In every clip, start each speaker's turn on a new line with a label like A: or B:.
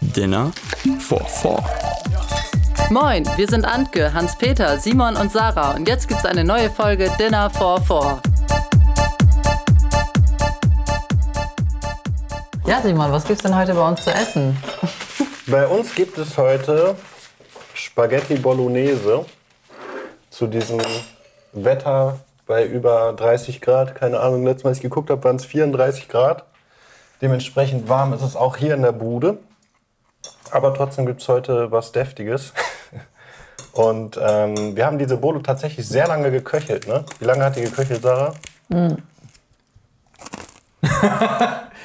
A: Dinner for Four.
B: Moin, wir sind Antke, Hans-Peter, Simon und Sarah und jetzt gibt's eine neue Folge Dinner for Four. Ja, Simon, was gibt's denn heute bei uns zu essen?
C: Bei uns gibt es heute Spaghetti Bolognese zu diesem Wetter bei über 30 Grad. Keine Ahnung, letztes Mal, als ich geguckt habe, waren es 34 Grad. Dementsprechend warm ist es auch hier in der Bude. Aber trotzdem gibt es heute was Deftiges. Und ähm, wir haben diese Bolo tatsächlich sehr lange geköchelt. Ne? Wie lange hat die geköchelt, Sarah?
D: Hm.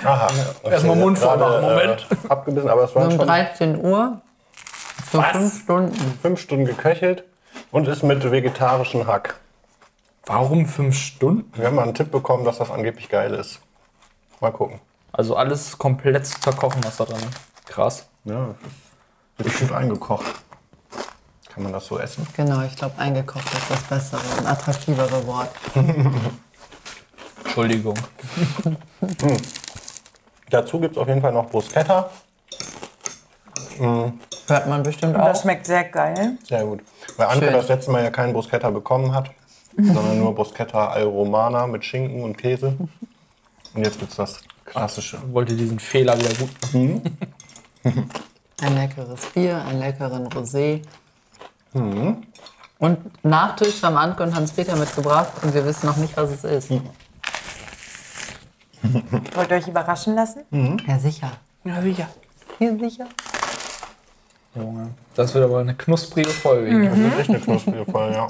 C: Aha. Okay.
D: Erstmal Mund voll
C: Gerade,
D: machen, Moment.
C: Äh, abgebissen, aber es waren
B: Um
C: schon
B: 13 Uhr für
D: Was?
B: 5 Stunden.
C: fünf Stunden geköchelt und ist mit vegetarischem Hack.
D: Warum fünf Stunden?
C: Wir haben mal einen Tipp bekommen, dass das angeblich geil ist. Mal gucken.
D: Also alles komplett zerkochen, was da drin ist. Krass.
C: Ja, das ist gut eingekocht. Kann man das so essen?
B: Genau, ich glaube, eingekocht ist das bessere und attraktivere Wort.
D: Entschuldigung.
C: Dazu gibt es auf jeden Fall noch Bruschetta.
B: Hört man bestimmt
E: Das
B: auch.
E: schmeckt sehr geil.
C: Sehr gut. Weil Anke
B: Schön.
C: das letzte Mal ja keinen Bruschetta bekommen hat, sondern nur Bruschetta al Romana mit Schinken und Käse. Und jetzt gibt es das klassische.
D: Wollte diesen Fehler wieder gut machen.
B: Ein leckeres Bier, einen leckeren Rosé. Und Nachtisch haben Anke und Hans-Peter mitgebracht und wir wissen noch nicht, was es ist.
E: Wollt ihr euch überraschen lassen?
B: Ja, sicher.
D: Ja, sicher.
B: Ja, sicher.
D: Junge. Das wird aber eine knusprige
B: Mhm.
D: Folge.
C: Das ist echt eine knusprige Folge, ja.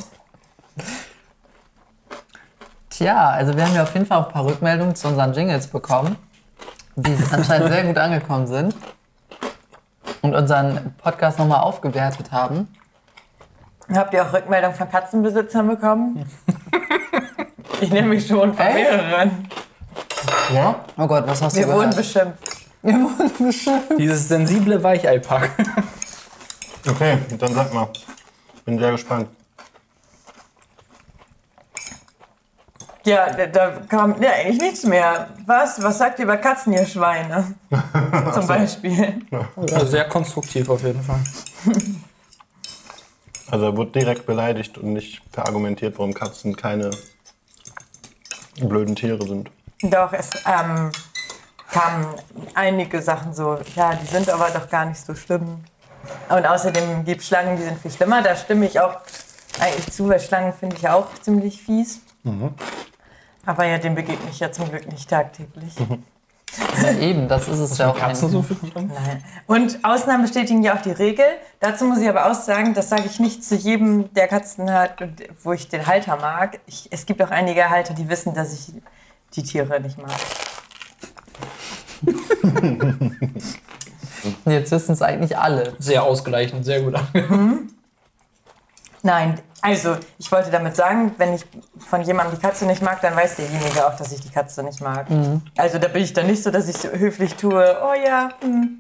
B: Tja, also wir haben ja auf jeden Fall auch ein paar Rückmeldungen zu unseren Jingles bekommen, die anscheinend sehr gut angekommen sind und unseren Podcast nochmal aufgewertet haben.
E: Habt ihr auch Rückmeldungen von Katzenbesitzern bekommen? ich nehme mich schon von mehreren.
C: Ja?
B: Oh Gott, was hast
E: Wir
B: du
E: wurden
B: gehört?
E: beschimpft.
B: Wir wurden beschimpft.
D: Dieses sensible Weicheipack.
C: Okay, dann sag mal. Bin sehr gespannt.
E: Ja, da, da kam ja eigentlich nichts mehr. Was? Was sagt ihr über Katzen, ihr Schweine? Zum Beispiel.
D: Ja, sehr konstruktiv auf jeden Fall.
C: Also er wird direkt beleidigt und nicht verargumentiert, warum Katzen keine blöden Tiere sind.
E: Doch, es ähm, kamen einige Sachen so. Ja, die sind aber doch gar nicht so schlimm. Und außerdem gibt es Schlangen, die sind viel schlimmer. Da stimme ich auch eigentlich zu, weil Schlangen finde ich ja auch ziemlich fies. Aber ja, dem begegne ich ja zum Glück nicht tagtäglich.
B: Ja, eben, das ist es ja auch.
D: Katzen
B: Ein,
D: so viel drin?
E: Nein. Und Ausnahmen bestätigen ja auch die Regel. Dazu muss ich aber auch sagen, das sage ich nicht zu jedem, der Katzen hat und wo ich den Halter mag. Ich, es gibt auch einige Halter, die wissen, dass ich die Tiere nicht mag.
B: jetzt wissen es eigentlich alle.
D: Sehr ausgleichend, sehr gut.
E: Nein, also ich wollte damit sagen, wenn ich von jemandem die Katze nicht mag, dann weiß derjenige auch, dass ich die Katze nicht mag. Also da bin ich dann nicht so, dass ich so höflich tue, oh ja. hm.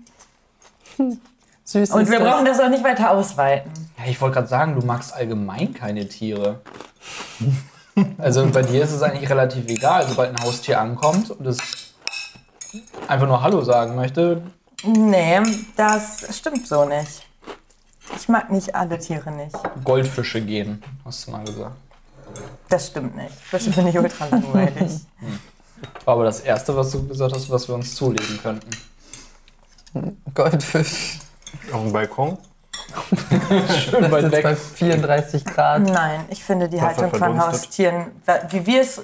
B: Süß
E: Und
B: ist
E: wir
B: das.
E: brauchen das auch nicht weiter ausweiten.
D: Ja, ich wollte gerade sagen, du magst allgemein keine Tiere. Also bei dir ist es eigentlich relativ egal, sobald ein Haustier ankommt und es einfach nur Hallo sagen möchte.
E: Nee, das stimmt so nicht. Ich mag nicht alle Tiere nicht.
D: Goldfische gehen, hast du mal gesagt.
E: Das stimmt nicht. Fische finde ich ultra langweilig.
D: War aber das Erste, was du gesagt hast, was wir uns zulegen könnten.
B: Goldfisch.
C: Auf dem Balkon?
D: Schön
B: Das
D: weit
B: ist jetzt bei
D: weg.
B: 34 Grad.
E: Nein, ich finde die
C: Wasser
E: Haltung von
C: verdunstet.
E: Haustieren, wie wir es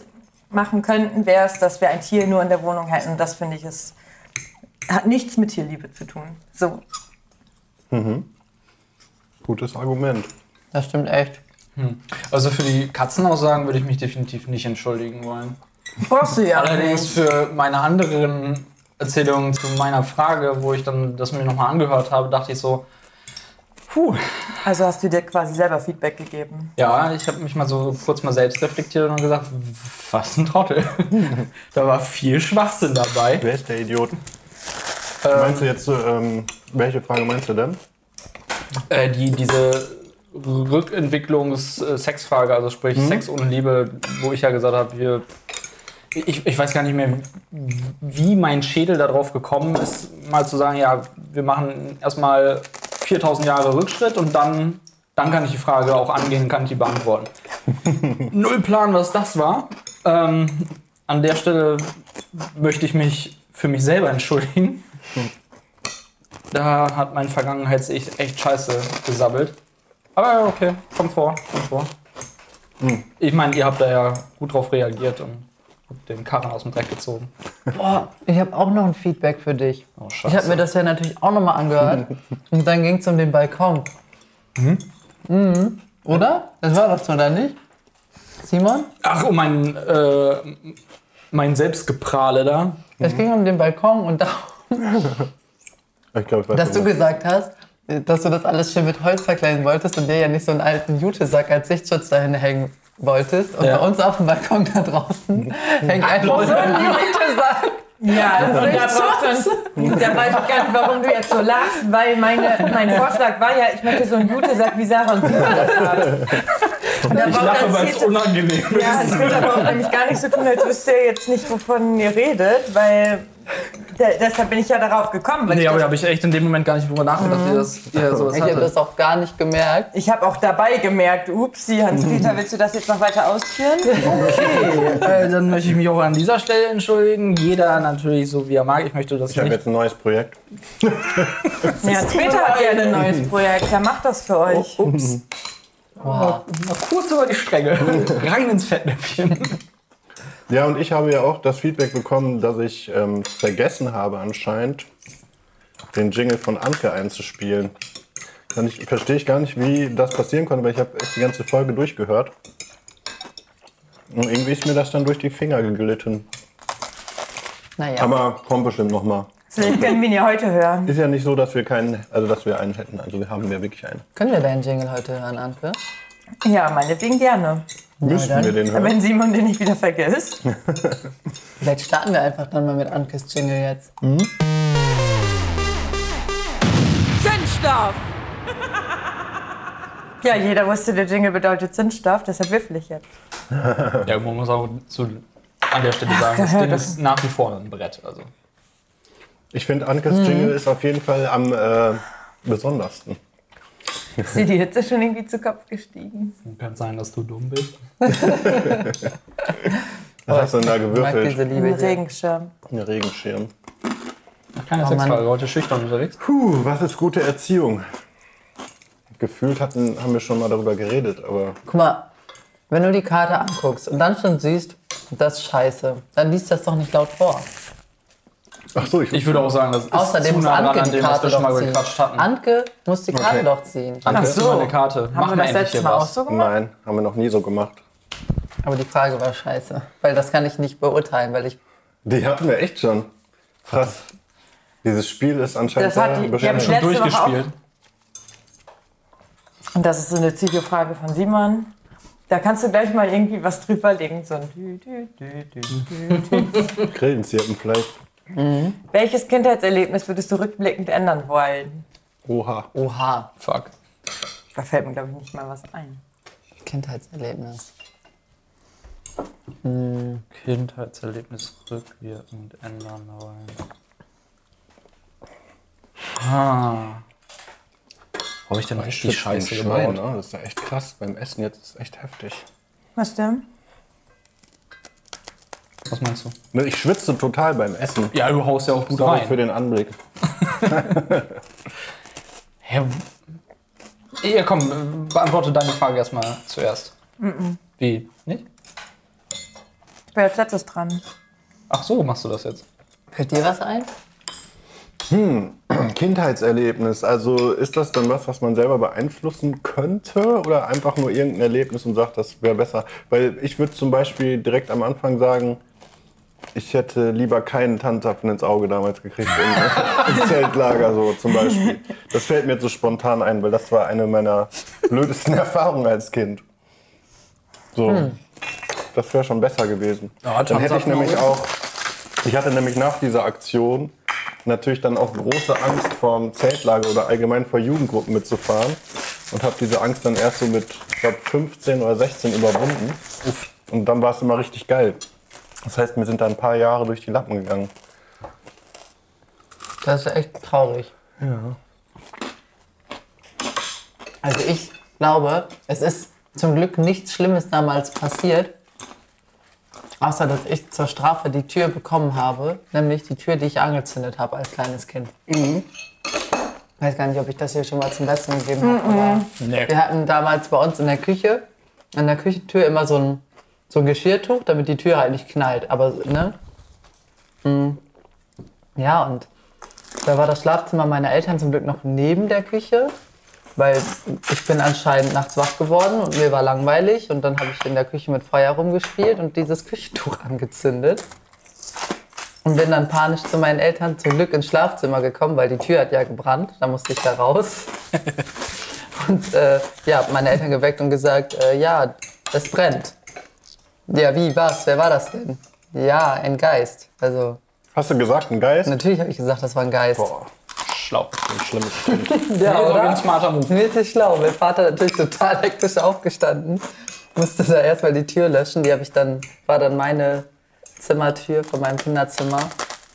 E: machen könnten, wäre es, dass wir ein Tier nur in der Wohnung hätten. Das finde ich, es hat nichts mit Tierliebe zu tun. So,
C: Gutes Argument.
B: Das stimmt echt.
D: Also für die Katzenaussagen würde ich mich definitiv nicht entschuldigen wollen.
E: brauchst du ja
D: Allerdings
E: nicht.
D: für meine anderen Erzählungen zu meiner Frage, wo ich dann das mir nochmal angehört habe, dachte ich so, puh,
E: Also hast du dir quasi selber Feedback gegeben.
D: Ja, ich habe mich mal so kurz mal selbst reflektiert und gesagt, was ein Trottel. da war viel Schwachsinn dabei.
C: Wer ist der Idiot? meinst du jetzt, ähm, welche Frage meinst du denn?
D: Äh, die, diese Rückentwicklungs-Sexfrage, also sprich Sex und Liebe, wo ich ja gesagt habe, wir. Ich, ich weiß gar nicht mehr, wie mein Schädel darauf gekommen ist, mal zu sagen, ja, wir machen erstmal 4000 Jahre Rückschritt und dann, dann kann ich die Frage auch angehen, kann ich die beantworten. Null Plan, was das war. Ähm, an der Stelle möchte ich mich für mich selber entschuldigen. Da hat mein Vergangenheits-Ich echt scheiße gesabbelt. Aber ja, okay, kommt vor, kommt vor. Ich meine, ihr habt da ja gut drauf reagiert und habt den Karren aus dem Dreck gezogen.
B: Boah, ich habe auch noch ein Feedback für dich.
D: Oh,
B: Ich habe mir das ja natürlich auch nochmal angehört. Und dann ging es um den Balkon. Mhm. Oder? Das war doch so, oder nicht? Simon?
D: Ach, um mein, äh, mein Selbstgeprahle da.
B: Es ging um den Balkon und darum,
C: Ich glaube, ich weiß
B: dass
C: schon,
B: du gesagt hast, dass du das alles schön mit Holz verkleiden wolltest und dir ja nicht so einen alten Jutesack als Sichtschutz dahin hängen wolltest. Und
D: Ja.
B: bei uns auf dem Balkon da draußen hängt einfach so
D: Leute.
B: ein Jutesack.
E: Ja, das ist schon, da weiß ich gar nicht, warum du jetzt so lachst, weil meine, mein Vorschlag war ja, ich möchte so einen Jutesack wie Sarah und Simon das haben. Da
D: Ich lache, weil es unangenehm ist.
E: Ja, es wird aber auch nämlich gar nicht so tun, als wüsst ihr jetzt nicht, wovon ihr redet, weil de- deshalb bin ich ja darauf gekommen. Weil
D: Nee,
E: ich
D: aber da
E: das-
D: habe ich echt in dem Moment gar nicht drüber nachgedacht,
E: Mhm.
D: dass ihr das ihr sowas
B: Ich habe
D: hattet.
B: das auch gar nicht gemerkt.
E: ich habe auch dabei gemerkt, upsi, Hans-Peter, willst du das jetzt noch weiter ausführen?
D: Äh, dann möchte ich mich auch an dieser Stelle entschuldigen. Jeder natürlich so, wie er mag. Ich möchte das
C: Ich habe
D: nicht.
C: jetzt ein neues Projekt.
E: Ja, Hans-Peter hat ja ein neues Projekt, der macht das für euch.
D: Ups.
B: Wow.
D: Mal kurz über die Stränge. Rein ins Fettnäpfchen.
C: Ja, und ich habe ja auch das Feedback bekommen, dass ich ähm, vergessen habe anscheinend, den Jingle von Anke einzuspielen. Und ich verstehe ich gar nicht, wie das passieren konnte, weil ich habe echt die ganze Folge durchgehört. Und irgendwie ist mir das dann durch die Finger geglitten.
B: Naja.
C: Aber kommt bestimmt noch mal.
E: Vielleicht können wir ihn ja heute hören.
C: Ist ja nicht so, dass wir keinen, also dass wir einen hätten. Also wir haben ja wirklich einen.
B: Können wir deinen Jingle heute hören, Anke?
E: Ja, meinetwegen gerne.
C: Müssen
B: dann.
C: wir den hören?
E: Wenn Simon den nicht wieder vergisst.
B: Vielleicht starten wir einfach dann mal mit Ankes Jingle jetzt.
E: Zündstoff! Ja, jeder wusste, der Jingle bedeutet Zündstoff, deshalb wiffel ich jetzt.
D: Ja, man muss auch zu, an der Stelle sagen, das Ding ist nach wie vor ein Brett. Also.
C: Ich finde, Ankes Jingle ist auf jeden Fall am äh, besondersten.
E: Ist dir die Hitze schon irgendwie zu Kopf gestiegen?
D: Kann sein, dass du dumm bist.
C: Was hast du denn da
B: Ich mag diese
C: gewürfelt?
E: Ein
B: Liebe hier.
E: Regenschirm.
C: Ein Regenschirm.
E: Oh,
D: Keine
B: Mann.
D: Sexfrage, heute schüchtern unterwegs.
C: Puh, was ist gute Erziehung? Gefühlt hatten, haben wir schon mal darüber geredet, aber
B: Guck mal, wenn du die Karte anguckst und dann schon siehst, das ist scheiße, dann liest das doch nicht laut vor.
C: ach so, ich,
D: Ich würde auch sagen, das ist
B: Außerdem
D: zu
B: muss
D: nah dran
B: Anke
D: an
B: die
D: dem, was
B: Karte
D: wir schon
B: doch
D: mal
B: ziehen.
D: gequatscht hatten.
B: Anke muss die Karte
C: Okay.
B: doch ziehen.
D: Anke,
E: Ach so.
D: meine Karte. Mach mal
E: Haben wir das
D: endlich
E: letzte
D: hier
E: Mal auch
D: was.
E: so gemacht?
C: nein, haben wir noch nie so gemacht.
B: Aber die Frage war scheiße, weil das kann ich nicht beurteilen, weil ich
C: Die hatten wir echt schon. Krass. Dieses Spiel ist anscheinend
E: Das hat die-
C: sehr
E: die
C: bescheuert.
E: haben-
D: Schon
E: Letzte Woche
D: durchgespielt.
E: Und das ist so eine Ziegelfrage von Simon. Da kannst du gleich mal irgendwie was drüberlegen. So ein Dü, Dü, Dü, Dü, Dü, Dü.
C: Grillenzirpen vielleicht.
E: Welches Kindheitserlebnis würdest du rückblickend ändern wollen?
C: Oha.
B: Oha,
D: Fuck.
E: Da fällt mir, glaube ich, nicht mal was ein.
B: Kindheitserlebnis.
D: Kindheitserlebnis rückwirkend ändern wollen. Ah. Habe ich denn richtig scheiße
C: Schwein,
D: gebaut?
C: ne? Das ist ja echt krass. Beim Essen jetzt ist es echt heftig.
E: Was denn?
D: Was meinst du?
C: Ne, Ich schwitze total beim Essen.
D: Ja, du haust ja auch gut
C: Sorry für
D: rein.
C: den Anblick.
D: Hä? Ja, komm, beantworte deine Frage erstmal zuerst. Wie? Nicht?
E: Ich bin als letztes dran.
D: Ach so, machst du das jetzt?
B: Fällt dir was ein?
C: Kindheitserlebnis, also ist das dann was, was man selber beeinflussen könnte oder einfach nur irgendein Erlebnis und sagt, das wäre besser? Weil ich würde zum Beispiel direkt am Anfang sagen, ich hätte lieber keinen Tannenzapfen ins Auge damals gekriegt im, im Zeltlager so zum Beispiel. Das fällt mir jetzt so spontan ein, weil das war eine meiner blödesten Erfahrungen als Kind. So, das wäre schon besser gewesen.
D: Ja,
C: dann hätte ich
D: Tannenzapfen
C: nämlich
D: auch.
C: auch, ich hatte nämlich nach dieser Aktion natürlich dann auch große Angst vorm Zeltlager oder allgemein vor Jugendgruppen mitzufahren und habe diese Angst dann erst so mit, ich glaube, 15 oder 16 überwunden. Und dann war es immer richtig geil. Das heißt, mir sind da ein paar Jahre durch die Lappen gegangen.
B: Das ist echt traurig. Ja. Also ich glaube, es ist zum Glück nichts Schlimmes damals passiert, außer dass ich zur Strafe die Tür bekommen habe, nämlich die Tür, die ich angezündet habe als kleines Kind. Ich weiß gar nicht, ob ich das hier schon mal zum Besten gegeben habe. aber Wir hatten damals bei uns in der Küche, an der Küchentür immer so ein, so ein Geschirrtuch, damit die Tür halt nicht knallt. Aber, ne? Mm. Ja, und da war das Schlafzimmer meiner Eltern zum Glück noch neben der Küche, weil ich bin anscheinend nachts wach geworden und mir war langweilig. Und dann habe ich in der Küche mit Feuer rumgespielt und dieses Küchentuch angezündet. Und bin dann panisch zu meinen Eltern zum Glück ins Schlafzimmer gekommen, weil die Tür hat ja gebrannt. Da musste ich da raus. und äh, ja, hab meine Eltern geweckt und gesagt, äh, ja, es brennt. Ja, wie, was, wer war das denn? Ja, ein Geist. Also,
C: Hast du gesagt, ein Geist?
B: natürlich habe ich gesagt, das war ein Geist.
C: Boah,
D: Schlau.
C: ein schlimmes Kind.
B: Ja,
D: Ja, das ist ein
B: oder?
D: smarter Move.
B: Richtig schlau. Mein Vater natürlich total hektisch aufgestanden. Musste da erstmal die Tür löschen. Die habe ich dann, war dann meine Zimmertür von meinem Kinderzimmer.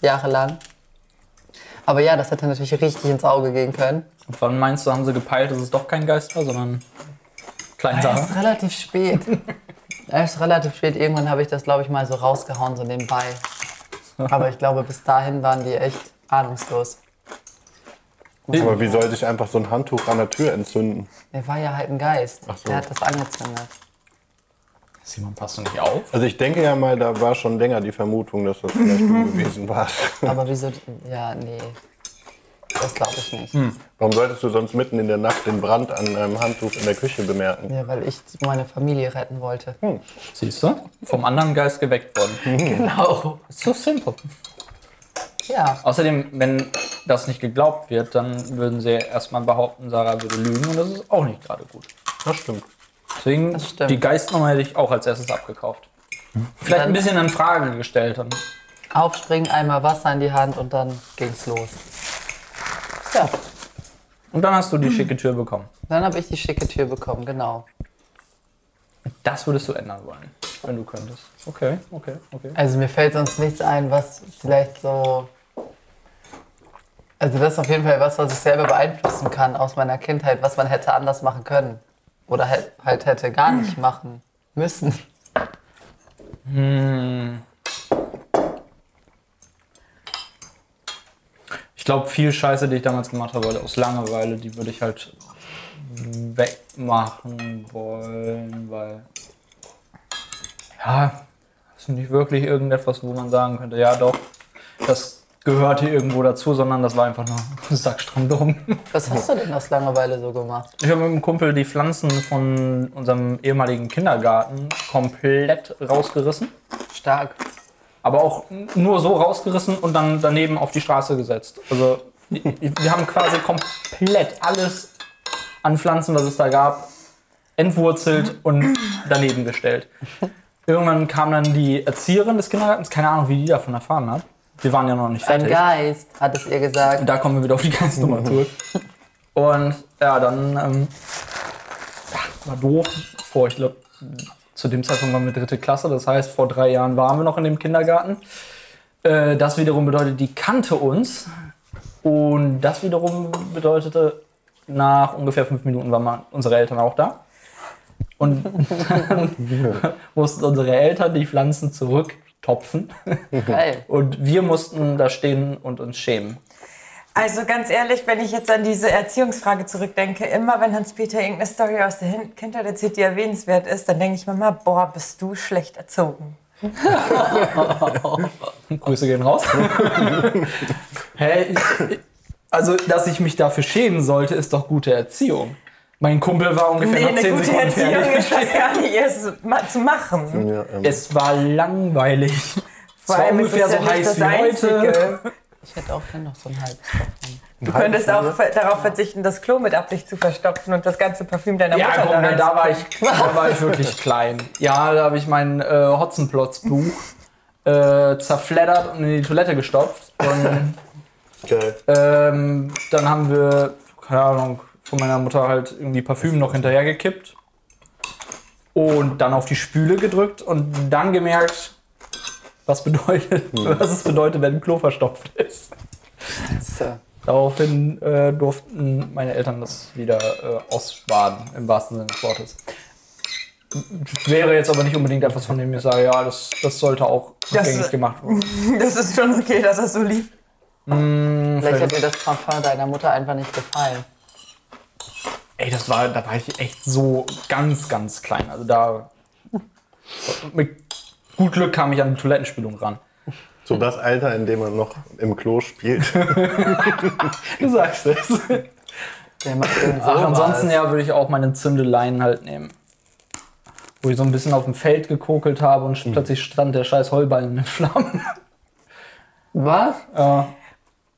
B: Jahrelang. Aber ja, das hätte natürlich richtig ins Auge gehen können.
D: Und wann meinst du, haben sie gepeilt, dass es doch kein Geist war, sondern kleine
B: Erst
D: Sache?
B: relativ spät. Erst relativ spät. Irgendwann habe ich das, glaube ich, mal so rausgehauen, so nebenbei. Aber ich glaube, bis dahin waren die echt ahnungslos.
C: Aber wie soll sich einfach so ein Handtuch an der Tür entzünden?
B: Der war ja halt ein Geist.
C: Ach so.
B: Der hat das angezündet.
D: Simon, passt du nicht auf?
C: Also ich denke ja mal, da war schon länger die Vermutung, dass das vielleicht du gewesen warst.
B: Aber wieso? Ja, nee. Das glaube ich nicht.
C: Warum solltest du sonst mitten in der Nacht den Brand an einem Handtuch in der Küche bemerken?
B: Ja, weil ich meine Familie retten wollte.
D: Siehst du? Vom anderen Geist geweckt worden.
B: Genau.
D: Ist so simpel.
B: Ja.
D: Außerdem, wenn das nicht geglaubt wird, dann würden sie erstmal behaupten, Sarah würde lügen und das ist auch nicht gerade gut.
C: Das stimmt.
D: Deswegen,
B: Das stimmt. Hm.
D: die Geistnummer hätte ich auch als erstes abgekauft. Vielleicht ein bisschen in Frage gestellt. Und
B: Aufspringen, einmal Wasser in die Hand und dann ging's los. Ja,
D: und dann hast du die schicke Tür bekommen.
B: dann habe ich die schicke Tür bekommen, genau.
D: Das würdest du ändern wollen, wenn du könntest. Okay, okay, okay.
B: Also mir fällt sonst nichts ein, was vielleicht so. Also das ist auf jeden Fall was, was ich selber beeinflussen kann aus meiner Kindheit, was man hätte anders machen können. Oder halt, halt hätte gar nicht machen müssen.
D: Ich glaube, viel Scheiße, die ich damals gemacht habe, aus Langeweile, die würde ich halt wegmachen wollen, weil. Ja, ist nicht wirklich irgendetwas, wo man sagen könnte, ja doch, das gehört hier irgendwo dazu, sondern das war einfach nur Sackstrandum.
B: Was hast du denn aus Langeweile so gemacht?
D: Ich habe mit einem Kumpel die Pflanzen von unserem ehemaligen Kindergarten komplett rausgerissen.
B: Stark.
D: Aber auch n- nur so rausgerissen und dann daneben auf die Straße gesetzt. Also i- i- wir haben quasi komplett alles an Pflanzen, was es da gab, entwurzelt und daneben gestellt. Irgendwann kam dann die Erzieherin des Kindergartens, keine Ahnung, wie die davon erfahren hat. Wir waren ja noch nicht
B: Ein
D: fertig.
B: Geist, hat es ihr gesagt.
D: Da kommen wir wieder auf die Geistnummer zurück. Und ja, dann ähm, ja, war doof. Vor, ich glaube, zu dem Zeitpunkt waren wir dritte Klasse. Das heißt, vor drei Jahren waren wir noch in dem Kindergarten. Äh, das wiederum bedeutet, die kannte uns. Und das wiederum bedeutete, nach ungefähr fünf Minuten waren mal unsere Eltern auch da. Und dann mussten unsere Eltern die Pflanzen zurücktopfen.
B: Geil.
D: Und wir mussten da stehen und uns schämen.
E: Also ganz ehrlich, wenn ich jetzt an diese Erziehungsfrage zurückdenke, immer wenn Hans-Peter irgendeine Story aus der Hin- Kindheit erzählt, die erwähnenswert ist, dann denke ich mir mal, boah, bist du schlecht erzogen.
D: Grüße gehen raus. Hä? ich- Also, dass ich mich dafür schämen sollte, ist doch gute Erziehung. Mein Kumpel war ungefähr
E: Nee,
D: nach 10
E: eine gute
D: Sekunden
E: Erziehung
D: fertig.
E: ist das gar nicht erst ma- zu machen.
C: Ja, ähm,
D: Es war langweilig.
E: Vor
D: es war
E: allem ist
D: ungefähr
E: es ja
D: so heiß
E: nicht das
D: wie heute.
E: Einzige.
B: Ich hätte auch gerne noch so ein halbes davon.
E: Du könntest auch ver darauf verzichten, das Klo mit Absicht zu verstopfen und das ganze Parfüm deiner
D: Ja,
E: Mutter
D: komm,
E: da
D: nein, da war,
E: reinzupacken.
D: ich, da war ich wirklich klein. Ja, da habe ich mein äh, Hotzenplotz-Buch äh, zerfleddert und in die Toilette gestopft. Und
C: geil.
D: Ähm, dann haben wir, keine Ahnung, von meiner Mutter halt irgendwie Parfüm noch hinterhergekippt. Und dann auf die Spüle gedrückt und dann gemerkt, was, bedeutet, was es bedeutet, wenn ein Klo verstopft ist.
B: So.
D: Daraufhin äh, durften meine Eltern das wieder äh, ausbaden, im wahrsten Sinne des Wortes. Wäre jetzt aber nicht unbedingt etwas, von dem ich sage, ja, das, das sollte auch
E: Das-
D: gängig gemacht werden.
E: Das ist schon okay, dass das so lief.
B: Vielleicht hat dir das Parfum deiner Mutter einfach nicht gefallen.
D: Ey, das war, da war ich echt so ganz, ganz klein. Also da. Mit gut Glück kam ich an die Toilettenspülung ran.
C: So das Alter, in dem man noch im Klo spielt.
D: Du sagst es.
B: Der macht irgend
D: Ach,
B: sowas.
D: ansonsten ja, würde ich auch meine Zündeleien halt nehmen. Wo ich so ein bisschen auf dem Feld gekokelt habe und sch- plötzlich stand der scheiß Heuballen in Flammen.
B: Was?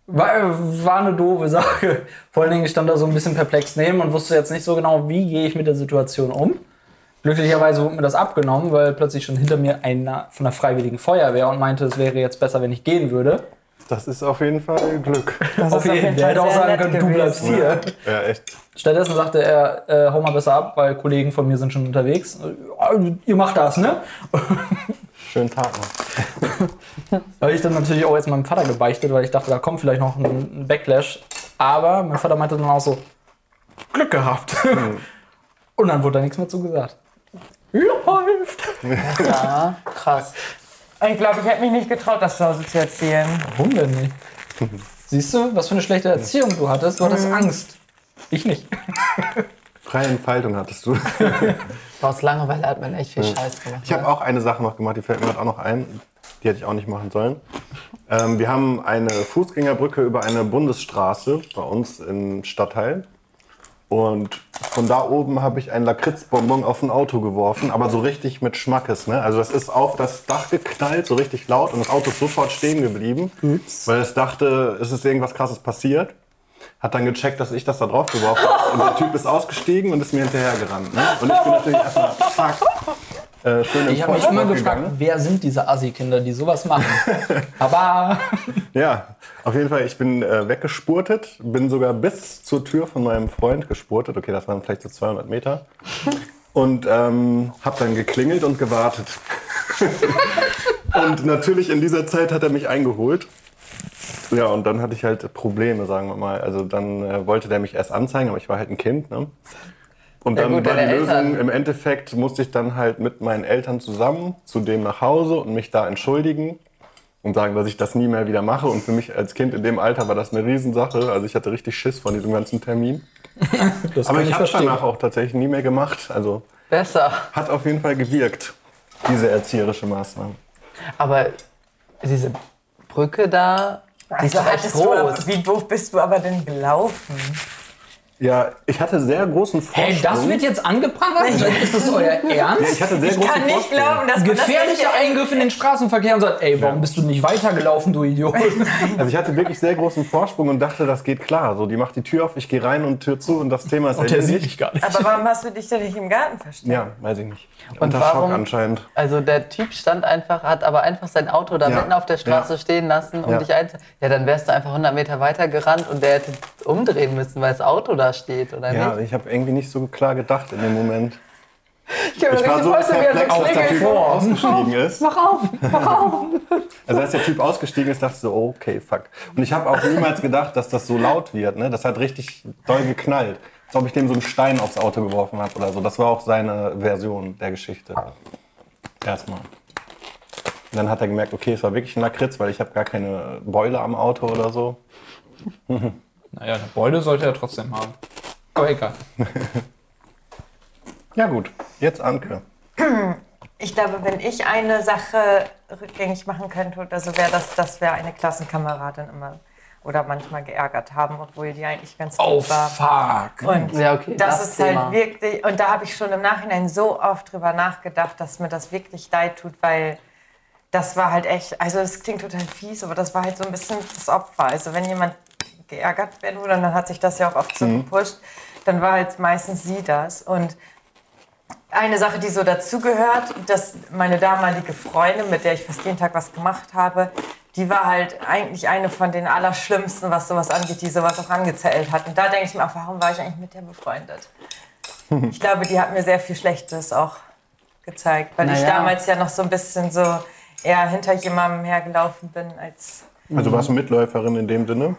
D: War, war eine doofe Sache. Vor allen Dingen, ich stand da so ein bisschen perplex neben und wusste jetzt nicht so genau, wie gehe ich mit der Situation um. Glücklicherweise wurde mir das abgenommen, weil plötzlich schon hinter mir einer von der Freiwilligen Feuerwehr und meinte, es wäre jetzt besser, wenn ich gehen würde.
C: Das ist auf jeden Fall Glück.
E: Das
D: Auf
E: ist
D: jeden Fall. Der hätte auch sagen können, du bleibst hier.
C: Ja, echt.
D: Stattdessen sagte er, äh, hau mal besser ab, weil Kollegen von mir sind schon unterwegs. Äh, Ihr macht das, ne?
C: Schönen Tag noch.
D: Habe ich dann natürlich auch jetzt meinem Vater gebeichtet, weil ich dachte, da kommt vielleicht noch ein ein Backlash. Aber mein Vater meinte dann auch so, Glück gehabt. Und dann wurde da nichts mehr zu gesagt. Läuft!
B: Ja, krass.
E: Ich glaube, ich hätte mich nicht getraut, das zu Hause zu erzählen.
D: Warum denn nicht? Siehst du, was für eine schlechte Erziehung du hattest? Du hattest Angst. Ich nicht.
C: Freie Entfaltung hattest du.
B: Aus Langeweile hat man echt
D: Hm.
B: viel Scheiß gemacht.
C: Ich habe auch eine Sache noch gemacht, die fällt mir gerade auch noch ein. Die hätte ich auch nicht machen sollen. Ähm, wir haben eine Fußgängerbrücke über eine Bundesstraße bei uns im Stadtteil. Und von da oben habe ich einen Lakritzbonbon auf ein Auto geworfen, aber so richtig mit Schmackes. Ne? Also das ist auf das Dach geknallt, so richtig laut und das Auto ist sofort stehen geblieben, weil es dachte, es ist irgendwas Krasses passiert. Hat dann gecheckt, dass ich das da drauf geworfen habe. Und der Typ ist ausgestiegen und ist mir hinterhergerannt. Ne? Und ich bin natürlich erstmal, fuck, äh, schön
D: Ich habe mich immer gefragt, wer sind diese Assi-Kinder, die sowas machen? Aber
C: Ja, auf jeden Fall, ich bin äh, weggespurtet, bin sogar bis zur Tür von meinem Freund gespurtet. Okay, das waren vielleicht so 200 Meter. Und ähm, hab dann geklingelt und gewartet. und natürlich in dieser Zeit hat er mich eingeholt. Ja, und dann hatte ich halt Probleme, sagen wir mal. Also dann äh, wollte der mich erst anzeigen, aber ich war halt ein Kind. Ne? Und
B: Ja,
C: dann
B: gut,
C: war die
B: deine
C: Lösung,
B: Eltern.
C: im Endeffekt musste ich dann halt mit meinen Eltern zusammen zu dem nach Hause und mich da entschuldigen und sagen, dass ich das nie mehr wieder mache. Und für mich als Kind in dem Alter war das eine Riesensache. Also ich hatte richtig Schiss von diesem ganzen Termin.
D: das
C: Aber ich habe es
D: verstehen.
C: danach auch tatsächlich nie mehr gemacht. Also
B: Besser.
C: hat auf jeden Fall gewirkt, diese erzieherische Maßnahme.
B: Aber diese Brücke da, die ist
E: Also
B: doch echt
E: hattest du,
B: groß.
E: aber- wie doof bist du aber denn gelaufen?
C: Ja, ich hatte sehr großen Vorsprung.
D: Hey, das wird jetzt angeprangert? Ist das euer Ernst?
C: ich hatte sehr
E: Ich
C: großen
E: kann nicht
C: Vorsprung.
E: glauben, dass man das
D: Gefährlicher Eingriff in den Straßenverkehr und sagt, ey, warum bist du nicht weitergelaufen, du Idiot?
C: Also ich hatte wirklich sehr großen Vorsprung und dachte, das geht klar. So, die macht die Tür auf, ich gehe rein und Tür zu und das Thema ist erledigt.
D: gar nicht.
E: Aber warum hast du dich denn nicht im Garten versteckt?
C: Ja, weiß ich nicht. Unter
B: warum-
C: Schock anscheinend.
B: Also der Typ stand einfach, hat aber einfach sein Auto da
C: Ja.
B: mitten auf der Straße
C: Ja.
B: stehen lassen, um
C: Ja.
B: dich einzu... Ja, dann wärst du einfach 100 Meter weiter gerannt und der hätte umdrehen müssen, weil das Auto da steht, oder
C: Ja,
B: nicht?
C: ich habe irgendwie nicht so klar gedacht in dem Moment.
B: Ich kann mir
C: Ich war so perplex, dass der Typ ausgestiegen ist.
D: oh, Mach auf!
C: Also als der Typ ausgestiegen ist, dachte ich so, okay, fuck. Und ich habe auch niemals gedacht, dass das so laut wird. Ne? Das hat richtig doll geknallt. Als ob ich dem so einen Stein aufs Auto geworfen habe oder so. Das war auch seine Version der Geschichte. Erstmal. Und dann hat er gemerkt, okay, es war wirklich ein Lakritz, weil ich habe gar keine Beule am Auto oder so.
D: Naja, eine Beule sollte er trotzdem haben. Aber egal.
C: Ja gut, jetzt Anke.
E: Ich glaube, wenn ich eine Sache rückgängig machen könnte, oder so wäre das, dass wir eine Klassenkameradin immer oder manchmal geärgert haben, obwohl die eigentlich ganz
D: Oh,
E: gut war.
D: fuck.
E: Und
B: Mhm. Ja, okay,
E: das,
B: das
E: ist
B: Thema.
E: halt wirklich, und da habe ich schon im Nachhinein so oft drüber nachgedacht, dass mir das wirklich leid tut, weil das war halt echt, also das klingt total fies, aber das war halt so ein bisschen das Opfer. Also wenn jemand geärgert werden wurde, und dann hat sich das ja auch oft
B: Mhm.
E: so gepusht, dann war halt meistens sie das. Und eine Sache, die so dazugehört, dass meine damalige Freundin, mit der ich fast jeden Tag was gemacht habe, die war halt eigentlich eine von den Allerschlimmsten, was sowas angeht, die sowas auch angezählt hat. Und da denke ich mir auch, warum war ich eigentlich mit der befreundet? Ich glaube, die hat mir sehr viel Schlechtes auch gezeigt, weil ich
B: Naja.
E: damals ja noch so ein bisschen so eher hinter jemandem hergelaufen bin, als
C: Also warst du
D: Mhm.
C: Mitläuferin in dem Sinne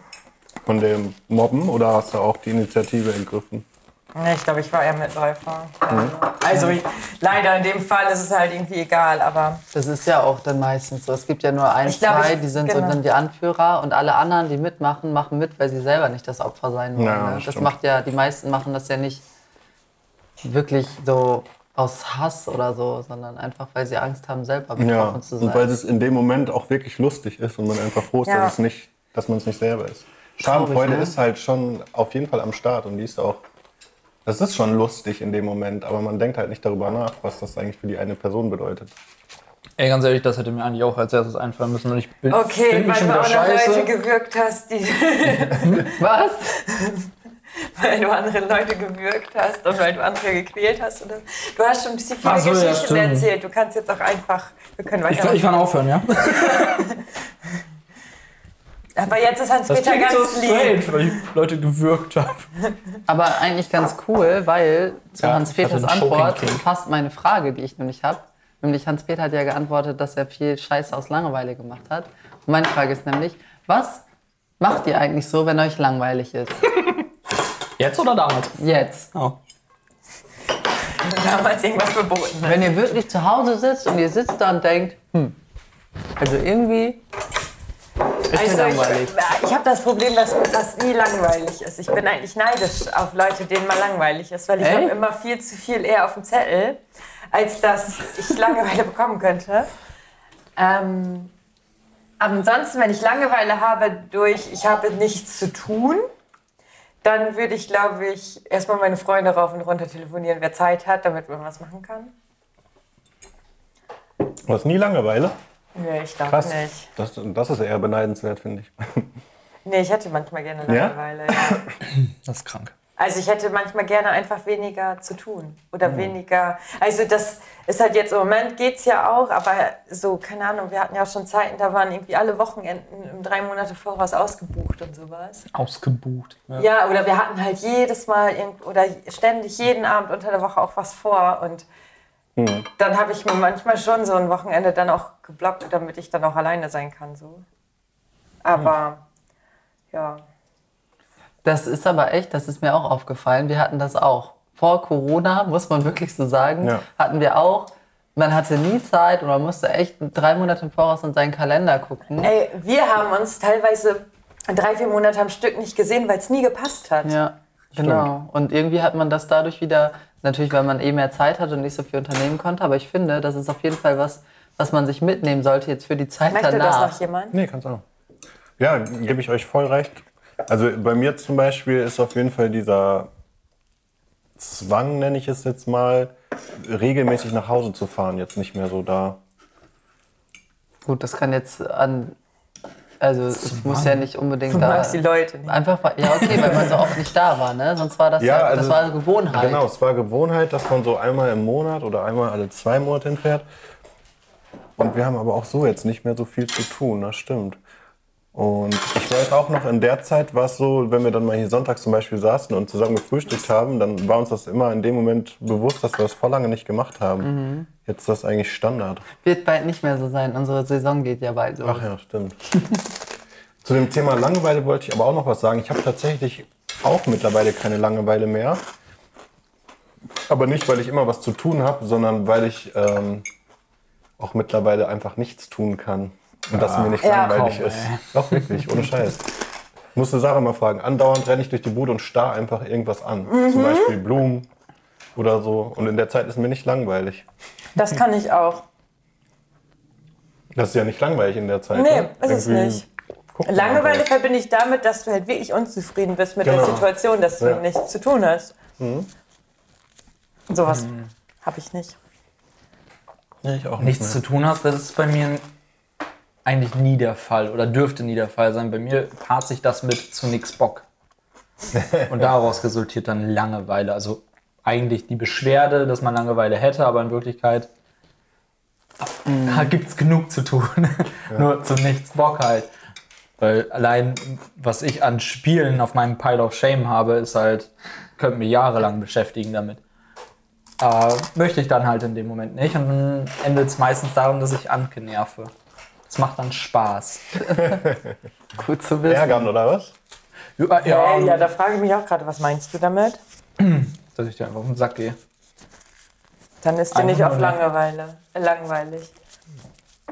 C: von dem Mobben oder hast du auch die Initiative ergriffen?
E: Ja, ne, ich glaube, ich war eher Mitläufer. Also ich, leider in dem Fall ist es halt irgendwie egal, aber
B: Das ist ja auch dann meistens so. Es gibt ja nur ein,
E: Ich glaub,
B: zwei,
E: ich-
B: die sind
E: genau.
B: so dann die Anführer und alle anderen, die mitmachen, machen mit, weil sie selber nicht das Opfer sein wollen.
C: Ja,
B: ne? Das
C: stimmt.
B: macht ja, die meisten machen das ja nicht wirklich so aus Hass oder so, sondern einfach, weil sie Angst haben, selber
C: Ja,
B: betroffen zu sein.
C: und weil es in dem Moment auch wirklich lustig ist und man einfach froh ist,
E: Ja.
C: dass, es nicht, dass man es nicht selber ist. Schadenfreude
B: ne?
C: ist halt schon auf jeden Fall am Start und die ist auch, das ist schon lustig in dem Moment, aber man denkt halt nicht darüber nach, was das eigentlich für die eine Person bedeutet.
D: Ey, ganz ehrlich, das hätte mir eigentlich auch als erstes einfallen müssen. Und ich bin
E: okay,
D: find mich
E: weil
D: schon
E: du
D: wieder
E: auch noch
D: scheiße.
E: Leute gewürgt hast, die,
B: Was?
E: weil du andere Leute gewürgt hast und weil du andere gequält hast. Und das, du hast schon ziemlich
D: Ach
E: viele
D: so, ja,
E: Geschichten
D: stimmt.
E: erzählt. Du kannst jetzt auch einfach, wir können
D: Ich, kann-
E: weiter.
D: ich kann aufhören, ja?
E: aber jetzt ist Hans-Peter ganz lieb.
D: weil ich Leute gewürgt habe.
B: Aber eigentlich ganz cool, weil zu
D: Ja,
B: Hans-Peters
D: ich hatte einen
B: Antwort
D: Schoking-Kick.
B: passt meine Frage, die ich nämlich habe. Nämlich Hans-Peter hat ja geantwortet, dass er viel Scheiße aus Langeweile gemacht hat. Und meine Frage ist nämlich, was macht ihr eigentlich so, wenn euch langweilig ist?
D: Jetzt oder damals?
B: Jetzt.
D: Oh.
E: Damals irgendwas verboten. hat.
B: Wenn ihr wirklich zu Hause sitzt und ihr sitzt da und denkt, hm, also irgendwie ist mir langweilig.
E: Also, Ich, ich habe das Problem, dass mir das nie langweilig ist. Ich bin eigentlich neidisch auf Leute, denen mal langweilig ist, weil ich
B: Echt?
E: habe immer viel zu viel eher auf dem Zettel, als dass ich Langeweile bekommen könnte. Ähm, aber ansonsten, wenn ich Langeweile habe durch, ich habe nichts zu tun, dann würde ich, glaube ich, erstmal meine Freunde rauf und runter telefonieren, wer Zeit hat, damit man was machen kann.
C: Du hast nie Langeweile?
E: Nee, ich glaube
C: Krass.
E: nicht.
C: Das, das ist eher beneidenswert, finde ich.
E: Nee, ich hätte manchmal gerne
C: Ja?
E: Langeweile. Ja?
D: Das ist krank.
E: Also ich hätte manchmal gerne einfach weniger zu tun oder weniger. Also das ist halt jetzt im Moment geht's ja auch, aber so keine Ahnung. Wir hatten ja auch schon Zeiten, da waren irgendwie alle Wochenenden um drei Monate voraus ausgebucht und sowas.
D: Ausgebucht. Ja.
E: Ja, oder wir hatten halt jedes Mal irgend- oder ständig jeden Abend unter der Woche auch was vor und dann habe ich mir manchmal schon so ein Wochenende dann auch geblockt, damit ich dann auch alleine sein kann so. Aber ja.
B: Das ist aber echt, das ist mir auch aufgefallen. Wir hatten das auch. Vor Corona, muss man wirklich so sagen,
C: Ja.
B: hatten wir auch. Man hatte nie Zeit und man musste echt drei Monate im Voraus in seinen Kalender gucken.
E: Ey, wir haben uns teilweise drei, vier Monate am Stück nicht gesehen, weil es nie gepasst hat.
B: Ja, genau. Und irgendwie hat man das dadurch wieder, natürlich, weil man eh mehr Zeit hatte und nicht so viel unternehmen konnte, aber ich finde, das ist auf jeden Fall was, was man sich mitnehmen sollte jetzt für die Zeit
E: Möchte das
B: danach.
E: noch jemand?
C: Nee, kannst auch. Ja, gebe ich euch voll recht. Also bei mir zum Beispiel ist auf jeden Fall dieser Zwang, nenne ich es jetzt mal, regelmäßig nach Hause zu fahren, jetzt nicht mehr so da.
B: Gut, das kann jetzt an, also es muss ja nicht unbedingt
E: Du
B: da.
E: magst die Leute nicht.
B: Einfach, weil- ja okay, weil man so oft nicht da war, ne? Sonst war das ja, das war Gewohnheit.
C: also Genau, es war Gewohnheit, dass man so einmal im Monat oder einmal alle zwei Monate hinfährt. Und wir haben aber auch so jetzt nicht mehr so viel zu tun, das stimmt. Und ich weiß auch noch, in der Zeit war es so, wenn wir dann mal hier sonntags zum Beispiel saßen und zusammen gefrühstückt haben, dann war uns das immer in dem Moment bewusst, dass wir das vor lange nicht gemacht haben.
B: Mhm.
C: Jetzt ist das eigentlich Standard.
B: Wird bald nicht mehr so sein. Unsere Saison geht ja bald los.
C: Ach ja, stimmt. Zu dem Thema Langeweile wollte ich aber auch noch was sagen. Ich habe tatsächlich auch mittlerweile keine Langeweile mehr. Aber nicht, weil ich immer was zu tun habe, sondern weil ich ähm, auch mittlerweile einfach nichts tun kann. Und das mir nicht
E: Ja,
C: langweilig
D: komm,
C: ist. Doch, wirklich, ohne Scheiß. Muss eine Sache mal fragen. Andauernd renne ich durch die Bude und starr einfach irgendwas an.
E: Mhm.
C: Zum Beispiel Blumen oder so. Und in der Zeit ist mir nicht langweilig.
E: Das kann ich auch.
C: Das ist ja nicht langweilig in der Zeit.
E: Nee,
C: ne?
E: ist es
C: Irgendwie
E: nicht.
C: guckt man
E: Langeweile
C: einfach.
E: verbinde ich damit, dass du halt wirklich unzufrieden bist mit der
C: Genau.
E: Situation, dass du
C: Ja.
E: nichts zu tun hast. Sowas habe ich nicht.
C: Nee, ich auch ne.
D: nichts zu tun hast, das ist bei mir eigentlich nie der Fall oder dürfte nie der Fall sein. Bei mir paart sich das mit zu nix Bock. Und daraus resultiert dann Langeweile. Also eigentlich die Beschwerde, dass man Langeweile hätte, aber in Wirklichkeit
C: Mm.
D: gibt es genug zu tun. Nur zu nichts Bock halt. Weil allein, was ich an Spielen auf meinem Pile of Shame habe, ist halt, könnte mich jahrelang beschäftigen damit äh, möchte ich dann halt in dem Moment nicht. Und dann endet es meistens darum, dass ich Anke nerve. Das macht dann Spaß.
B: Gut zu wissen.
C: Ärgern oder was?
D: Ja,
E: Ja, ja, da frage ich mich auch gerade, was meinst du damit?
D: dass ich dir einfach auf den Sack gehe.
E: Dann ist dir nicht
D: Einfach
E: auf
D: nur, ne?
E: Langeweile. äh, Langweilig.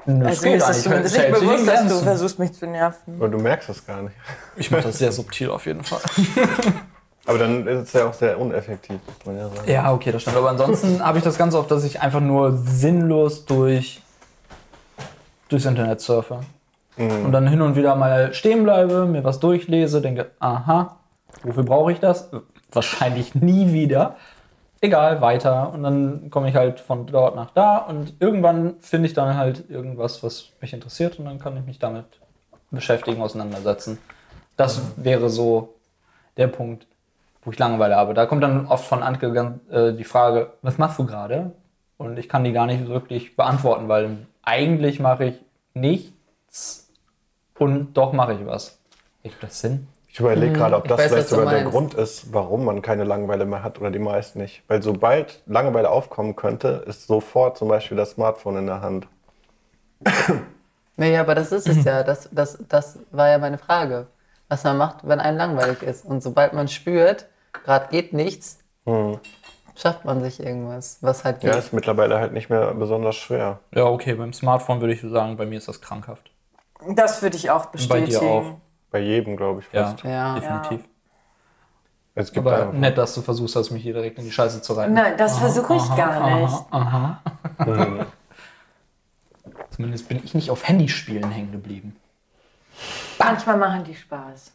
D: Das
E: Also mir ist es zumindest
D: halt
E: nicht bewusst, dass du versuchst, mich zu nerven.
C: Und du merkst es gar nicht.
D: Ich mache das sehr subtil auf jeden Fall.
C: Aber dann ist es ja auch sehr uneffektiv, muss man ja sagen.
D: Ja, okay, das stimmt. Aber ansonsten habe ich das ganz oft, dass ich einfach nur sinnlos durch durchs Internet surfe. Und dann hin und wieder mal stehen bleibe, mir was durchlese, denke, aha, wofür brauche ich das? Äh, Wahrscheinlich nie wieder. Egal, weiter. Und dann komme ich halt von dort nach da und irgendwann finde ich dann halt irgendwas, was mich interessiert und dann kann ich mich damit beschäftigen, auseinandersetzen. Das wäre so der Punkt, wo ich Langeweile habe. Da kommt dann oft von Antke ganz, äh, die Frage, was machst du gerade? Und ich kann die gar nicht wirklich beantworten, weil eigentlich mache ich nichts und doch mache ich was. Gibt das Sinn?
C: Ich überlege gerade, ob
B: Hm, ich
C: das
B: weiß,
C: vielleicht
B: was du
C: sogar der
B: meinst.
C: Grund ist, warum man keine Langeweile mehr hat oder die meisten nicht. Weil sobald Langeweile aufkommen könnte, ist sofort zum Beispiel das Smartphone in der Hand.
B: Nee, aber das ist es ja. Das, das, das war ja meine Frage. Was man macht, wenn einem langweilig ist. Und sobald man spürt, gerade geht nichts, schafft man sich irgendwas, was halt geht.
C: Hm. Ja, ist mittlerweile halt nicht mehr besonders schwer.
D: Ja, okay, beim Smartphone würde ich sagen, bei mir ist das krankhaft.
E: Das würde ich auch
D: bei dir
E: bestätigen.
D: auch.
C: Bei jedem, glaube ich,
D: Ja,
C: fast.
B: Ja.
D: definitiv.
C: Es gibt
D: Aber ne-
C: da
D: nett, dass du versuchst, dass mich hier direkt in die Scheiße zu reiten.
E: Nein, das versuche ich gar nicht.
D: Zumindest bin ich nicht auf Handyspielen hängen geblieben.
E: Manchmal machen die Spaß.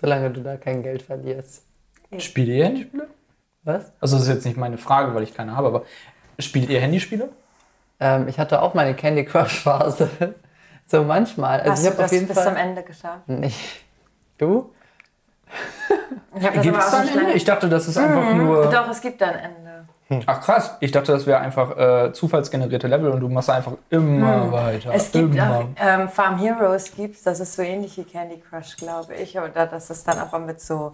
B: Solange du da kein Geld verlierst.
D: Spielt ihr Handyspiele?
B: Was?
D: Also das ist jetzt nicht meine Frage, weil ich keine habe, aber spielt ihr Handyspiele?
B: Ähm, ich hatte auch meine Candy Crush Phase. so manchmal. Also ich
E: Hast du
B: habe
E: das
B: auf jeden
E: bis
B: Fall Hm.
E: zum Ende geschafft?
B: nicht. Du?
E: Ich habe Also das
D: Gibt es
E: aber
D: da
E: auch
D: ein
E: nicht
D: Ende?
E: lange.
D: Ich dachte, das ist einfach nur.
E: Doch, es gibt da ein Ende.
D: Ach krass, ich dachte, das wäre einfach äh, zufallsgenerierte Level und du machst einfach immer weiter.
E: Mhm. Es gibt auch
D: immer.
B: genau.
E: ähm, Farm Heroes, gibt's, das ist so ähnlich wie Candy Crush, glaube ich. Oder das ist dann aber mit so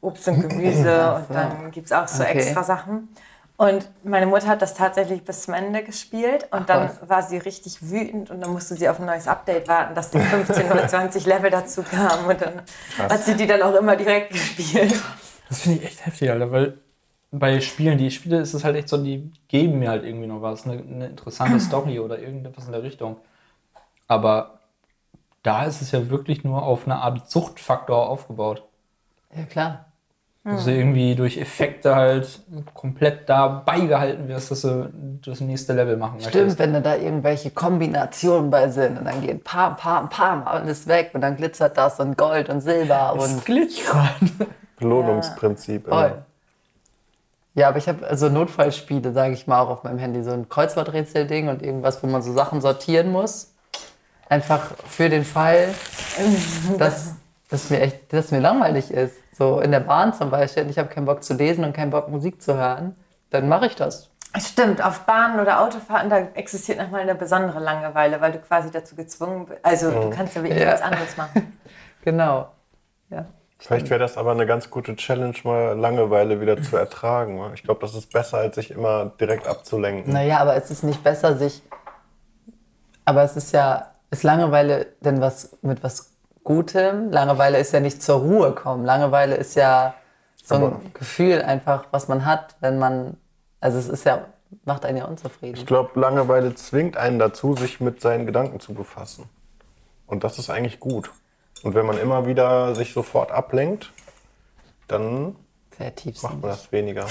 E: Obst und Gemüse und dann gibt es auch so
B: Okay.
E: extra Sachen. Und meine Mutter hat das tatsächlich bis zum Ende gespielt und dann war sie richtig wütend und dann musste sie auf ein neues Update warten, dass die 15 oder 20 Level dazu kamen und dann hat sie die dann auch immer direkt gespielt.
D: Das finde ich echt heftig, Alter, weil bei Spielen, die ich spiele, ist es halt echt so, die geben mir halt irgendwie noch was, eine, eine interessante Story oder irgendetwas in der Richtung. Aber da ist es ja wirklich nur auf eine Art Suchtfaktor aufgebaut.
B: Ja, klar.
D: Dass du irgendwie durch Effekte halt komplett dabei gehalten wirst, dass du das nächste Level machen
B: Stimmt, wenn da da irgendwelche Kombinationen bei sind und dann geht pam, pam, pam, alles weg und dann glitzert das und Gold und Silber und
D: Das Glitchern.
C: Belohnungsprinzip. immer.
B: Voll. Ja, aber ich habe also Notfallspiele, sage ich mal, auch auf meinem Handy. So ein Kreuzworträtsel-Ding und irgendwas, wo man so Sachen sortieren muss. Einfach für den Fall, dass, dass, mir, echt, dass mir langweilig ist. So in der Bahn zum Beispiel, und ich habe keinen Bock zu lesen und keinen Bock Musik zu hören. Dann mache ich das.
E: Stimmt, auf Bahnen oder Autofahrten, da existiert nochmal eine besondere Langeweile, weil du quasi dazu gezwungen bist. Also
C: Mhm.
E: du kannst ja wirklich
B: Ja.
E: nichts anderes machen.
B: Genau. Ja.
C: Vielleicht wäre das aber eine ganz gute Challenge, mal Langeweile wieder zu ertragen. wa? Ich glaube, das ist besser, als sich immer direkt abzulenken.
B: Naja, aber es ist nicht besser, sich. Aber es ist ja. Ist Langeweile denn was mit was Gutem? Langeweile ist ja nicht zur Ruhe kommen. Langeweile ist ja so ein
C: Aber-
B: Gefühl einfach, was man hat, wenn man. Also es ist ja. Macht einen ja unzufrieden.
C: Ich glaube, Langeweile zwingt einen dazu, sich mit seinen Gedanken zu befassen. Und das ist eigentlich gut. Und wenn man immer wieder sich sofort ablenkt, dann
B: Sehr tiefsinnig.
C: macht man das weniger.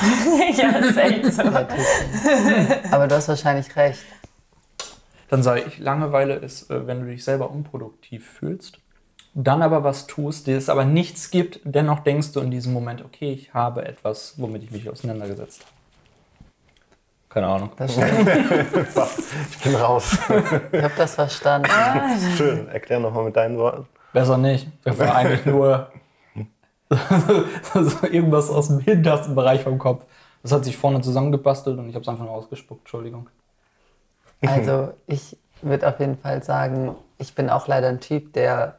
E: ja, ist echt so.
B: Sehr tiefsinnig. Aber du hast wahrscheinlich recht.
D: Dann sage ich, Langeweile ist, äh, wenn du dich selber unproduktiv fühlst, dann aber was tust, dir es aber nichts gibt, dennoch denkst du in diesem Moment, okay, ich habe etwas, womit ich mich auseinandergesetzt habe. Keine Ahnung.
B: Das stimmt.
C: Ich bin raus.
B: Ich habe das verstanden.
C: Schön. Erklär nochmal mit deinen Worten.
D: Besser nicht. Das war eigentlich nur so irgendwas aus dem hintersten Bereich vom Kopf. Das hat sich vorne zusammengebastelt und ich habe es einfach nur ausgespuckt. Entschuldigung.
B: Also ich würde auf jeden Fall sagen, ich bin auch leider ein Typ, der,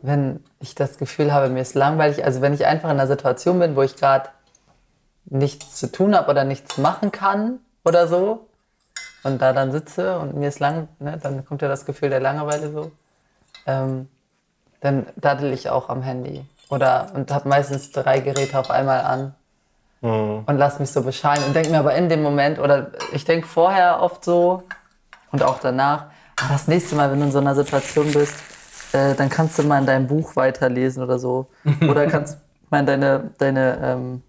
B: wenn ich das Gefühl habe, mir ist langweilig, also wenn ich einfach in einer Situation bin, wo ich gerade nichts zu tun habe oder nichts machen kann oder so, und da dann sitze und mir ist lang, ne, dann kommt ja das Gefühl der Langeweile so, ähm, dann daddel ich auch am Handy. Oder und habe meistens drei Geräte auf einmal an und lass mich so bescheiden und denke mir aber in dem Moment, oder ich denke vorher oft so und auch danach, ah, das nächste Mal, wenn du in so einer Situation bist, äh, dann kannst du mal in deinem Buch weiterlesen oder so. Oder kannst mal in deine, deine ähm,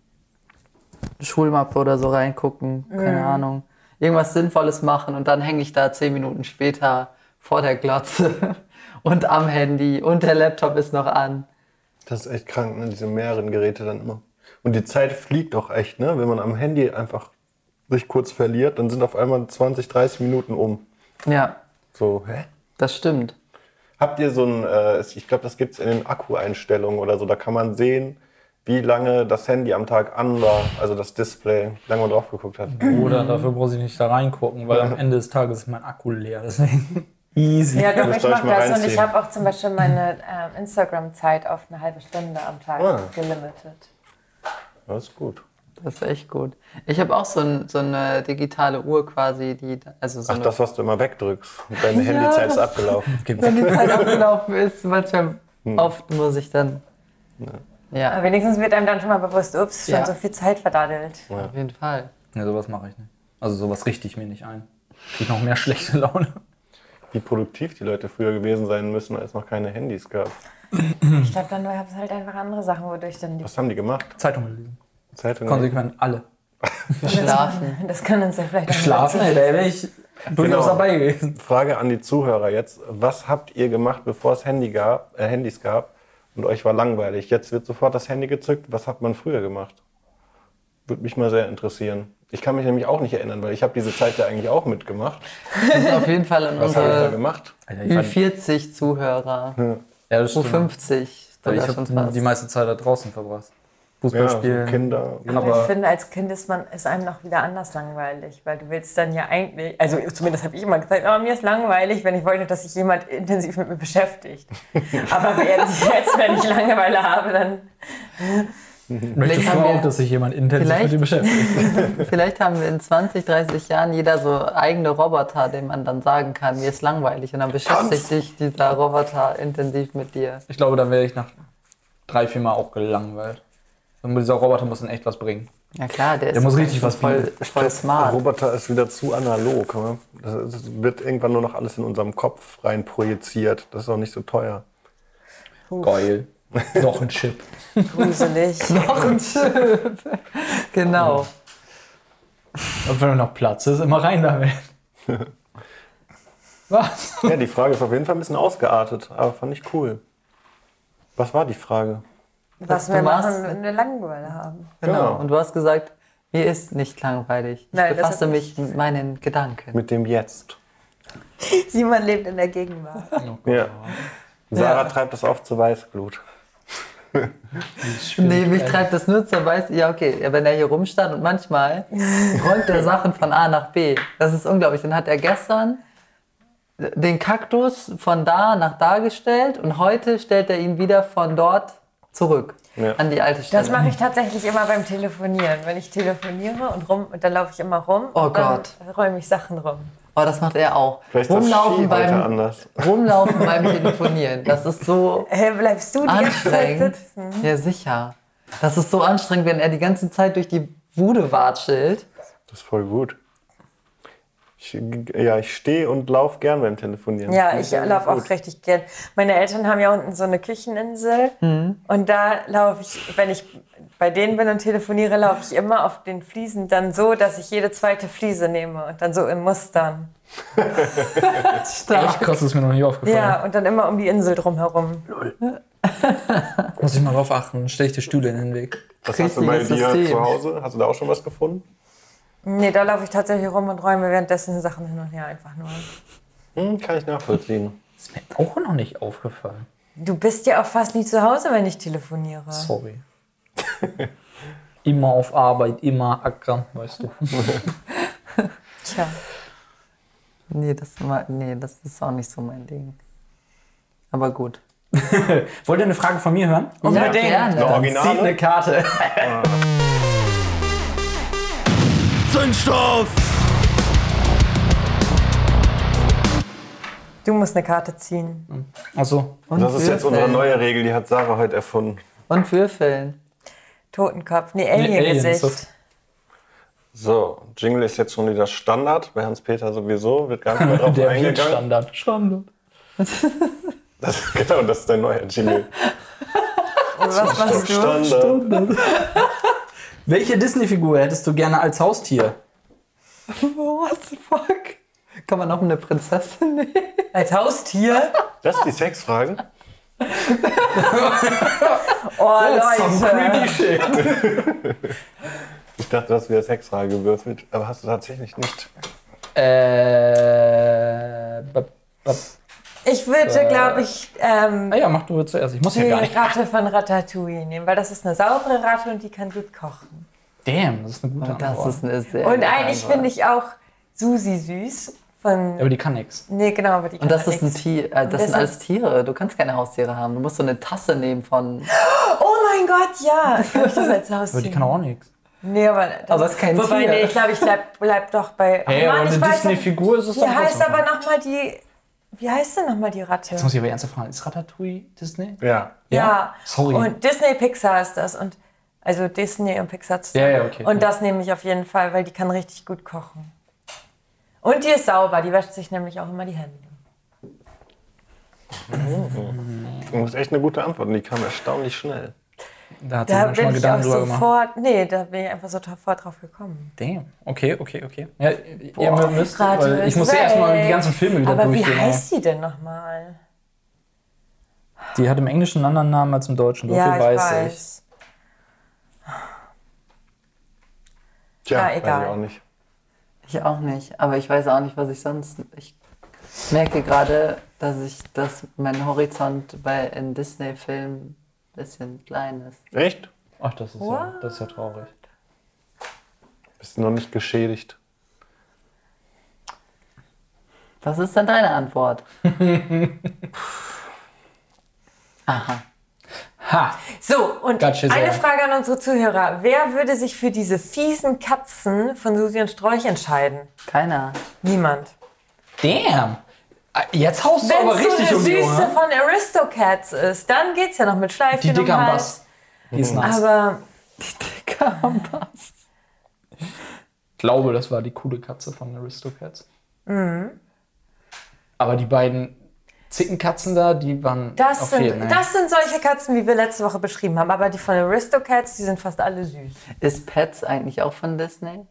B: Schulmappe oder so reingucken, keine Ahnung. Irgendwas Sinnvolles machen und dann hänge ich da zehn Minuten später vor der Glotze und am Handy und der Laptop ist noch an.
C: Das ist echt krank, ne? diese mehreren Geräte dann immer. Und die Zeit fliegt auch echt, ne? Wenn man am Handy einfach sich kurz verliert, dann sind auf einmal 20, 30 Minuten um.
B: Ja,
C: So, hä?
B: das stimmt.
C: Habt ihr so ein, äh, ich glaube, das gibt's in den Akkueinstellungen oder so, da kann man sehen, wie lange das Handy am Tag an war, also das Display, wie lange man drauf geguckt hat.
D: Oder dafür muss ich nicht da reingucken, weil am Ende des Tages ist mein Akku leer. Deswegen easy.
E: Ja, doch,
C: Das
E: ich
C: soll ich
E: mache
C: mal
E: das und ich
C: reinziehen.
E: habe auch zum Beispiel meine ähm, Instagram-Zeit auf eine halbe Stunde am Tag
C: Ah.
E: gelimitet.
C: Das ist gut.
B: Das ist echt gut. Ich habe auch so, ein, so eine digitale Uhr quasi, die, also so
C: Ach,
B: eine,
C: das, was du immer wegdrückst. Und Deine Handyzeit ist abgelaufen.
B: wenn die Zeit abgelaufen ist, manchmal,
D: Hm.
B: oft muss ich dann, ja,
E: Aber wenigstens wird einem dann schon mal bewusst, ups, schon
B: Ja.
E: so viel Zeit verdadelt.
B: auf jeden Fall.
D: Ja, sowas mache ich nicht. Also sowas richte ich mir nicht ein. Ich noch mehr schlechte Laune.
C: Wie produktiv die Leute früher gewesen sein müssen, als noch keine Handys gab.
E: Ich glaube, dann gab es halt einfach andere Sachen, wodurch dann die.
C: Was haben die gemacht?
D: Zeitungen lesen.
C: Zeitung.
D: Konsequent alle.
B: Schlafen.
E: Das kann uns ja vielleicht auch
D: Schlafen, ey, da wäre ich durchaus
C: Genau.
D: dabei gewesen.
C: Frage an die Zuhörer jetzt. Was habt ihr gemacht, bevor es Handy gab, äh, Handys gab und euch war langweilig? Jetzt wird sofort das Handy gezückt. Was hat man früher gemacht? Würde mich mal sehr interessieren. Ich kann mich nämlich auch nicht erinnern, weil ich habe diese Zeit ja eigentlich auch mitgemacht.
B: Das ist auf jeden Fall in
C: Was habe ich da
B: unsere
C: gemacht?
D: Alter, ich fand-
B: Ü40 Zuhörer,
D: ja, das stimmt.
B: U50
D: ich
B: sogar schon
D: habe
B: fast.
D: die meiste Zeit da draußen verbracht.
C: Ja,
D: Fußball
C: so
D: spielen.
C: Kinder.
E: Aber ich
D: aber
E: finde, als Kind ist, man, ist einem noch wieder anders langweilig, weil du willst dann ja eigentlich, also zumindest habe ich immer gesagt, aber mir ist langweilig, wenn ich wollte, dass sich jemand intensiv mit mir beschäftigt. aber jetzt, jetzt, wenn ich Langeweile habe, dann
D: möchtest
B: haben
D: du auch,
B: wir-
D: dass sich jemand intensiv mit
B: Vielleicht-
D: dir beschäftigt?
B: Vielleicht haben wir in 20, 30 Jahren jeder so eigene Roboter, dem man dann sagen kann, mir ist langweilig. Und dann beschäftigt sich dieser Roboter intensiv mit dir.
D: Ich glaube, dann wäre ich nach drei, vier Mal auch gelangweilt. Und dieser Roboter muss dann echt was bringen.
B: Ja klar, der ist
D: muss richtig was
B: voll,
D: bieten.
B: voll
C: Der
B: smart.
C: Roboter ist wieder zu analog. ne? Das ist- wird irgendwann nur noch alles in unserem Kopf rein projiziert. Das ist auch nicht so teuer.
D: Geil. Noch ein Chip.
E: gruselig.
B: Noch ein Chip. Genau.
D: Und wenn noch Platz ist, immer rein damit. Was?
C: Ja, die Frage ist auf jeden Fall ein bisschen ausgeartet, aber fand ich cool. Was war die Frage?
E: Was
B: du
E: wir
B: machst.
E: machen, wenn wir Langeweile haben.
B: Genau.
C: Genau.
B: Und du hast gesagt, mir ist nicht langweilig. Ich
E: Nein, das
B: befasse
E: hat
B: mich mit meinen Gedanken.
C: Mit dem Jetzt.
E: Simon lebt in der Gegenwart.
C: Ja.
B: Ja.
C: Sarah treibt das auf zur Weißglut.
B: Nee, mich treibt das nur zur Weiß. Ja, okay, ja, wenn er hier rumstand und manchmal räumt er Sachen von A nach B. Das ist unglaublich. Dann hat er gestern den Kaktus von da nach da gestellt und heute stellt er ihn wieder von dort zurück
C: Ja.
B: an die alte Stelle.
E: Das mache ich tatsächlich immer beim Telefonieren. Wenn ich telefoniere und rum, und dann laufe ich immer rum.
B: Oh
E: und dann
B: Gott.
E: räume ich Sachen rum.
B: oh, das macht er auch.
C: Vielleicht ist das Ski
B: rumlaufen
C: heute
B: beim,
C: anders.
B: rumlaufen beim Telefonieren. Das ist so
E: Hey, bleibst du die ganze Zeit
B: anstrengend.
E: sitzen?
B: Ja, sicher. Das ist so anstrengend, wenn er die ganze Zeit durch die Bude watschelt.
C: Das ist voll gut. Ich, ja, ich stehe und laufe gern beim Telefonieren.
E: Ja,
C: Finde
E: ich
C: sehr
E: laufe
C: gut.
E: auch richtig gern. Meine Eltern haben ja unten so eine Kücheninsel und da laufe ich, wenn ich bei denen bin und telefoniere, laufe ich immer auf den Fliesen dann so, dass ich jede zweite Fliese nehme und dann so in Mustern.
D: Echt krass, das ist mir noch nie aufgefallen.
E: Ja, und dann immer um die Insel drumherum.
D: Muss ich mal drauf achten, stelle ich dir Stühle in den Weg.
C: Was hast du bei dir
B: Richtiges System.
C: zu Hause? Hast du da auch schon was gefunden?
E: Nee, da laufe ich tatsächlich rum und räume währenddessen Sachen hin und her einfach nur.
C: Hm, kann ich nachvollziehen.
D: Ist mir auch noch nicht aufgefallen.
E: Du bist ja auch fast nie zu Hause, wenn ich telefoniere.
D: Sorry. immer auf Arbeit, immer Acker, weißt du.
E: Tja.
B: Nee das, ma- nee, das ist auch nicht so mein Ding. Aber gut.
D: Wollt ihr eine Frage von mir hören?
B: Ja, gerne.
C: Eine
B: Dann
D: Zieht eine
C: Originale?
D: Karte.
A: Zündstoff!
E: Du musst eine Karte ziehen.
D: Achso.
B: Und
C: Das ist jetzt unsere
B: würfeln.
C: neue Regel, die hat Sarah heute erfunden.
B: Und würfeln.
E: Totenkopf. Nee,
D: Alien ist
E: Alien-Gesicht.
D: das.
C: So, Jingle ist jetzt schon wieder Standard, bei Hans-Peter sowieso, wird gar nicht mehr drauf eingegangen.
D: Standard. Standard.
C: Das, genau, das ist dein neuer Jingle.
E: Oder was machst du?
C: Standard.
D: Welche Disney-Figur hättest du gerne als Haustier?
B: What the fuck? Kann man auch eine Prinzessin nehmen?
E: Als Haustier?
C: Das ist die Sexfragen.
E: Oh, Leute.
D: shit.
C: Ich dachte, du hast wieder Sexfrage gewürfelt, aber hast du tatsächlich nicht.
D: Äh. ba- ba-
E: Ich würde, glaube ich, ähm,
D: Ah ja, mach du zuerst. Ich muss ja
E: die
D: gar nicht.
E: Ratte von Ratatouille nehmen, weil das ist eine saubere Ratte und die kann gut kochen.
D: Damn, das ist eine gute Antwort.
B: Das ist eine sehr
E: Und
B: gute
E: eigentlich
B: Antwort.
E: finde ich auch Susi süß. Von,
D: Aber die kann nix.
E: nee, genau, aber die kann
B: Und das
E: ja
B: ist ein
E: nichts.
B: Tier, äh, das
E: Das
B: sind alles Tiere. Du kannst keine Haustiere haben. Du musst so eine Tasse nehmen von.
E: Oh mein Gott, ja. Ich glaub, das als Haustier.
D: Aber die kann auch nix.
E: Nee, aber das,
B: Aber es ist kein
E: wobei,
B: Tier.
E: Nee, ich glaube, ich bleib, bleib doch bei.
D: Hey, aber
E: ich
D: eine
E: weiß noch-
D: Disney-Figur ist es
E: Wie
D: doch
E: heißt
D: trotzdem.
E: aber nochmal die. Wie heißt denn nochmal die Ratte?
D: Jetzt muss ich aber ernsthaft fragen, ist Ratatouille Disney?
C: Ja.
E: ja.
D: Sorry.
E: Und Disney Pixar ist das. Und, also Disney und Pixar
D: Ja,
E: zusammen.
D: ja, okay.
E: Und
D: Ja.
E: das nehme ich auf jeden Fall, weil die kann richtig gut kochen. Und die ist sauber, die wäscht sich nämlich auch immer die Hände.
C: Das ist echt eine gute Antwort und die kam erstaunlich schnell.
D: da hat sich
E: Da
D: jemand schon mal
E: bin ich auch
D: Gedanken drüber gemacht.
E: sofort. Nee, da bin ich einfach sofort drauf gekommen.
D: Damn. Okay, okay, okay. Ja, ihr
E: Boah,
D: müsst,
E: Ratte
D: weil ich
E: ist
D: muss ja erstmal
E: weg.
D: die ganzen Filme wieder
E: Aber wie
D: durchgehen.
E: heißt die denn nochmal?
D: Die hat im Englischen einen anderen Namen als im Deutschen. So viel weiß, ich.
C: Tja,
E: Ah, egal.
C: weiß ich auch nicht.
B: Ich auch nicht. Aber ich weiß auch nicht, was ich sonst. Ich merke gerade, dass ich, dass mein Horizont bei in Disney-Filmen ein bisschen klein ist.
C: Echt?
D: Ach, das ist, ja, das ist ja traurig.
C: Bist noch nicht geschädigt.
B: Was ist denn deine Antwort? Aha.
D: Ha!
E: So, und
D: Gotcha, Sarah.
E: eine Frage an unsere Zuhörer. Wer würde sich für diese fiesen Katzen von Susi und Strolch entscheiden?
B: Keiner.
E: Niemand.
D: Damn! Ah, Jetzt haust du
E: Wenn
D: aber
E: es so
D: richtig
E: eine
D: um die
E: Süße
D: Ohren.
E: von Aristocats ist, dann geht's ja noch mit
D: Die
E: Schleifchen
D: Dicke
E: um
D: am
E: Hals.
D: Bass. Die ist nice.
E: Aber
D: Ich glaube, das war die coole Katze von Aristocats.
E: Mhm.
D: Aber die beiden Zickenkatzen da, die waren
E: das
D: auf
E: sind,
D: jeden ne? Fall.
E: das sind solche Katzen, wie wir letzte Woche beschrieben haben. Aber die von Aristocats, die sind fast alle süß.
B: Ist Pets eigentlich auch von Disney?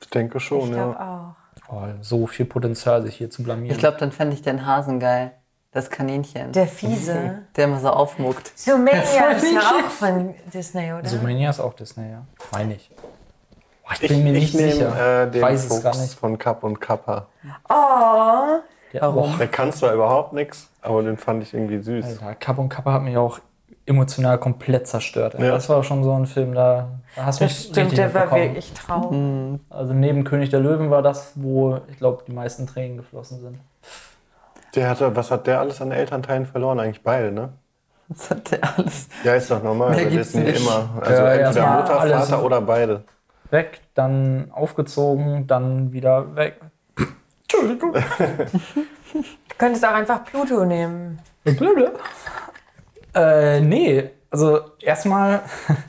C: Ich denke schon,
E: Ich
C: ja.
E: glaube auch.
D: Oh, so viel Potenzial, sich hier zu blamieren.
B: Ich glaube, dann fände ich den Hasen geil. Das Kaninchen,
E: Der fiese.
B: der immer so aufmuckt.
E: Zoomania ist ja auch von Disney, oder?
D: Sumania ist auch Disney, ja. Meine ich. Boah, ich
C: Ich,
D: bin mir
C: ich
D: nicht
C: nehme
D: sicher.
C: äh, den
D: Weiß es gar
C: Fuchs
D: nicht.
C: von Kapp und Kappa.
E: Oh,
D: Warum?
C: Der kann zwar überhaupt nichts, aber den fand ich irgendwie süß.
D: Alter, Kapp und Kappa hat mich auch emotional komplett zerstört. ey.
C: Ja.
D: Das war schon so ein Film, da da hast du mich
E: das stimmt,
D: richtig
E: der war
D: mitbekommen.
E: wirklich traurig.
D: Also neben König der Löwen war das, wo ich glaube, die meisten Tränen geflossen sind.
C: Der hatte, was hat der alles an Elternteilen verloren? Eigentlich beide, ne?
B: Das hat der alles.
C: Ja, ist doch normal.
B: Mehr
C: Bei
B: gibt's
C: Disney
B: nicht.
C: immer. Also
D: Ja,
C: entweder
D: erstmal
C: Mutter,
D: alles-
C: Vater oder beide.
D: Weg, dann aufgezogen, dann wieder weg. Entschuldigung.
E: Du könntest auch einfach Pluto nehmen.
D: äh, nee, also erstmal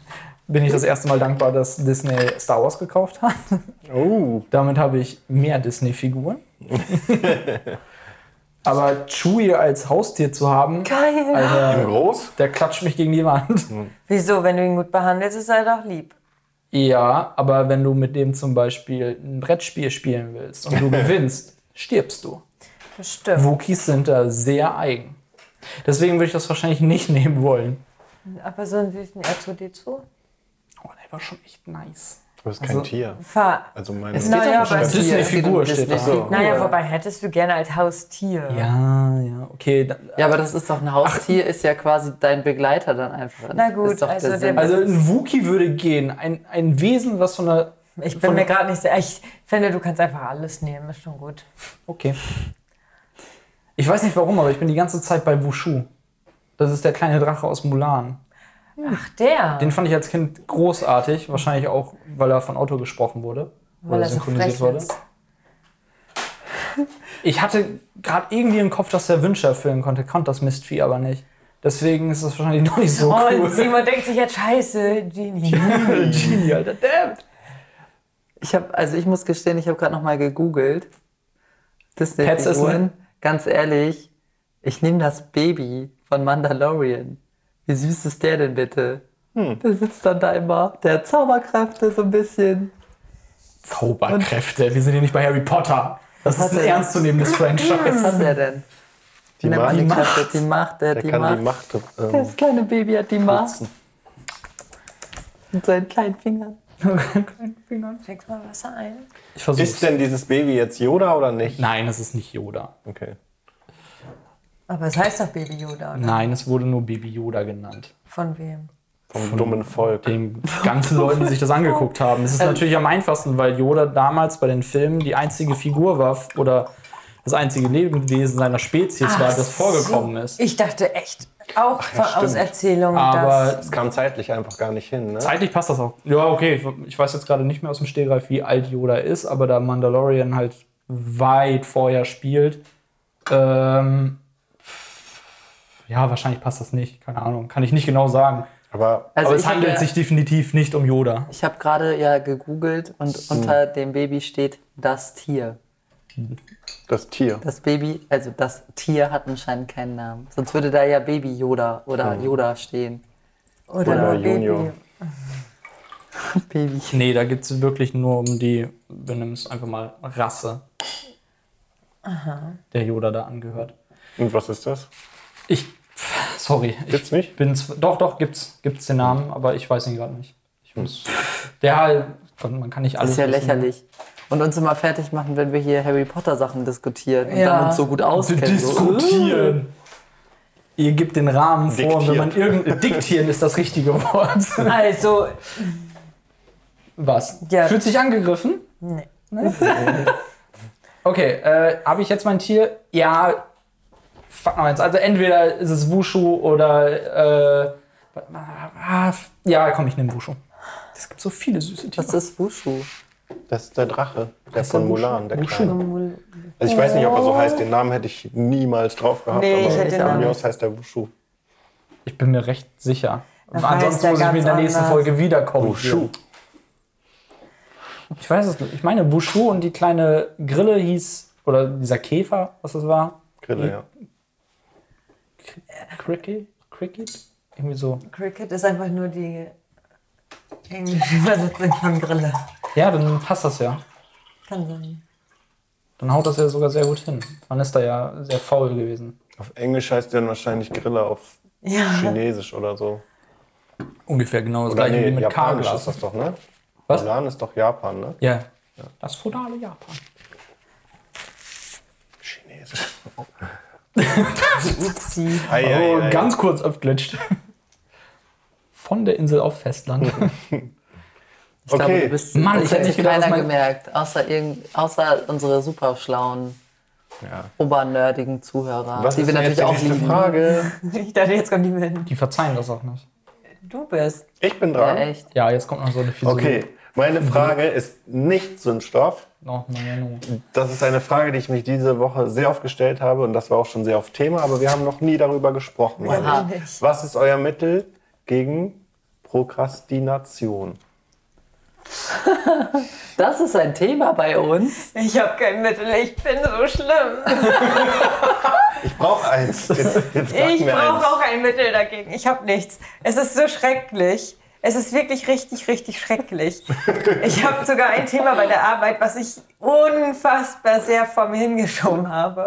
D: bin ich das erste Mal dankbar, dass Disney Star Wars gekauft hat.
C: Oh,
D: Damit habe ich mehr Disney-Figuren. Aber Chewie als Haustier zu haben,
E: Geil.
D: Alter,
C: groß?
D: der klatscht mich gegen die Wand.
E: Also Wieso? Wenn du ihn gut behandelst, ist er doch lieb.
D: Ja, aber wenn du mit dem zum Beispiel ein Brettspiel spielen willst und du gewinnst, stirbst du.
E: Das stimmt.
D: Wookies sind da sehr eigen. Deswegen würde ich das wahrscheinlich nicht nehmen wollen.
E: Aber so einen süßen R2D2?
D: Oh, der war schon echt nice.
C: Du bist kein
D: Also-
C: Tier.
E: Fa
C: Also meine.
E: naja,
B: um
E: aber
B: Tier.
D: Disney
B: Es geht um
D: Figur steht
B: Disney
D: da.
B: Figur.
E: naja, wobei hättest du gerne als Haustier.
D: Ja, ja, okay. da-
B: Ja, aber das ist doch ein Haustier, ist ja quasi dein Begleiter dann einfach.
E: Na gut,
B: ist doch
E: also
B: der
E: der-
B: Sinn.
D: Also ein Wookie würde gehen. Ein, ein Wesen, was von der.
E: Ich bin
D: Von-
E: mir gerade nicht sicher. Ich finde, du kannst einfach alles nehmen, ist schon gut.
D: Okay. Ich weiß nicht warum, aber ich bin die ganze Zeit bei Wushu. Das ist der kleine Drache aus Mulan.
E: Ach, der.
D: Den fand ich als Kind großartig, wahrscheinlich auch, weil er von Auto gesprochen wurde.
E: Weil
D: oder
E: er so frech ist.
D: Ich hatte gerade irgendwie im Kopf, dass der Wünsche erfüllen konnte, konnte das Mistvieh aber nicht. Deswegen ist das wahrscheinlich noch nicht so
E: Und
D: Oh, cool.
E: Simon denkt sich jetzt, scheiße, Genie.
D: Genie, Alter, damn.
B: Ich habe, also ich muss gestehen, ich habe gerade noch mal gegoogelt. Disney
D: Pets ist
B: Figuren.
D: ne-
B: Ganz ehrlich, ich nehme das Baby von Mandalorian. Wie süß ist der denn bitte? Der sitzt dann da immer. Der hat Zauberkräfte so ein bisschen.
D: Zauberkräfte, wir sind hier nicht bei Harry Potter. Das
B: Was
D: ist ein
B: denn?
D: ernstzunehmendes
B: Was
D: Franchise.
B: hat der denn?
C: Die
B: Eine
C: Macht,
B: Macht. Die Macht, der,
C: der
B: hat die
C: kann
B: Macht.
C: die Macht. Ähm,
B: Das kleine Baby hat die Macht. Mit seinen kleinen Fingern.
E: Schickst mal Wasser ein.
D: Ich versuch's.
C: ist denn dieses Baby jetzt Yoda oder nicht?
D: Nein, es ist nicht Yoda.
C: Okay.
E: Aber es heißt doch Baby Yoda, oder?
D: Nein, es wurde nur Baby Yoda genannt.
E: Von wem?
C: Vom dummen Volk.
D: Den ganzen Leuten, die sich das angeguckt haben. Es ist natürlich am einfachsten, weil Yoda damals bei den Filmen die einzige Figur war f- oder das einzige Lebewesen seiner Spezies war, das vorgekommen ist.
E: Ich dachte echt, auch von, aus Erzählungen,
D: Aber
E: dass...
C: Das kam zeitlich einfach gar nicht hin, ne?
D: Zeitlich passt das auch. Ja, okay. Ich weiß jetzt gerade nicht mehr aus dem Stegreif, wie alt Yoda ist, aber da Mandalorian halt weit vorher spielt, ähm, ja, wahrscheinlich passt das nicht. Keine Ahnung. Kann ich nicht genau sagen.
C: Aber
B: Also
D: aber es
B: ich hab
D: handelt
B: ja-
D: sich definitiv nicht um Yoda.
B: Ich habe gerade ja gegoogelt und unter dem Baby steht das Tier.
C: das Tier.
B: Das Baby, also das Tier hat anscheinend keinen Namen. Sonst würde da ja Baby Yoda oder Yoda stehen.
E: Oder
C: Oder
E: nur Baby.
C: Junior.
B: Baby.
D: Nee, da geht es wirklich nur um die, wir nehmen es einfach mal Rasse, der Yoda da angehört.
C: Und was ist das?
D: Ich, sorry.
C: Gibt's
D: ich
C: nicht?
D: Bin zw- doch, doch, gibt's, gibt's den Namen, aber ich weiß ihn gerade nicht. Ich muss, der halt, man kann nicht
B: Das
D: alles.
B: ist ja
D: wissen.
B: lächerlich. Und uns immer fertig machen, wenn wir hier Harry Potter Sachen diskutieren und
E: Ja.
B: dann uns so gut
D: Zu
B: auskennen. So. uh,
D: diskutieren. Ihr gebt den Rahmen vor, und wenn man irgendein. Diktieren ist das richtige Wort.
E: Also,
D: Was?
E: Ja.
D: Fühlt sich angegriffen?
E: nee.
D: Okay, äh, habe ich jetzt mein Tier? Ja. Fuck mal jetzt. Also entweder ist es Wushu oder äh, ah, ja, komm, ich nehme Wushu. Es gibt so viele süße Tiere.
B: Das ist Wushu.
C: Das ist der Drache. Der von
D: der Mushu?
C: Mulan, der
D: Mushu?
C: Kleine. Also ich weiß nicht, ob er so heißt. Den Namen hätte ich niemals drauf gehabt.
E: Nee, ich
C: aber
E: hätte den
C: von
E: Namen-
C: mir aus heißt der Wushu.
D: Ich bin mir recht sicher.
E: Das heißt
D: Ansonsten
E: ja
D: muss ich mir in der
E: ganz
D: nächsten
E: anders.
D: Folge wiederkommen.
C: Wushu.
D: Ich weiß es nicht. Ich meine, Wushu und die kleine Grille hieß, oder dieser Käfer, was das war.
B: Hm.
C: Grille, ja.
D: Cricket? Cricket? Irgendwie so.
E: Cricket ist einfach nur die englische Übersetzung von Brille.
D: Ja, dann passt das ja.
E: Kann sein.
D: Dann haut das ja sogar sehr gut hin. Man ist da ja sehr faul gewesen.
C: Auf Englisch heißt der dann wahrscheinlich Grille, auf Chinesisch oder so.
D: Ungefähr genau das
C: Oder
D: gleiche
C: nee,
D: wie mit
C: Japanisch
D: Kabel.
C: ist das doch, ne?
D: Was?
C: Mulan ist doch Japan, ne?
D: Ja. Das feudale Japan.
C: Chinesisch.
B: Upsi.
C: Ei, ei,
D: Oh,
C: ei.
D: ganz kurz abglitscht. Von der Insel auf Festland.
B: Ich glaube,
C: Okay.
B: du bist
D: Mann, ich
B: das hat
D: hätte
B: sich
D: nicht gedacht, dass
B: keiner
D: man-
B: gemerkt, außer, irgend, außer unsere super schlauen,
C: Ja.
B: obernerdigen Zuhörer,
C: Was
B: die
C: ist
B: wir
C: denn
B: natürlich
C: jetzt die
B: auch
C: nächste
B: lieben.
C: Frage?
E: Ich dachte, jetzt kommt die hin.
D: Die verzeihen das auch nicht.
E: Du bist.
C: Ich bin
B: Ja,
C: dran.
B: echt.
D: Ja, jetzt kommt noch so eine Figur.
C: okay, meine
E: Mhm.
C: Frage ist nicht Zündstoff.
D: Noch mehr Nennung.
C: Das ist eine Frage, die ich mich diese Woche sehr oft gestellt habe und das war auch schon sehr oft Thema, aber wir haben noch nie darüber gesprochen. meine
B: Oha.
C: ich. Was ist euer Mittel gegen Prokrastination?
B: Das ist ein Thema bei uns.
E: Ich habe kein Mittel, ich bin so schlimm.
C: Ich brauche eins. Jetzt, jetzt sag
E: Ich
C: mir eins.
E: brauche auch ein Mittel dagegen. Ich habe nichts. Es ist so schrecklich. Es ist wirklich richtig, richtig schrecklich. Ich habe sogar ein Thema bei der Arbeit, was ich unfassbar sehr vor mir hingeschoben habe.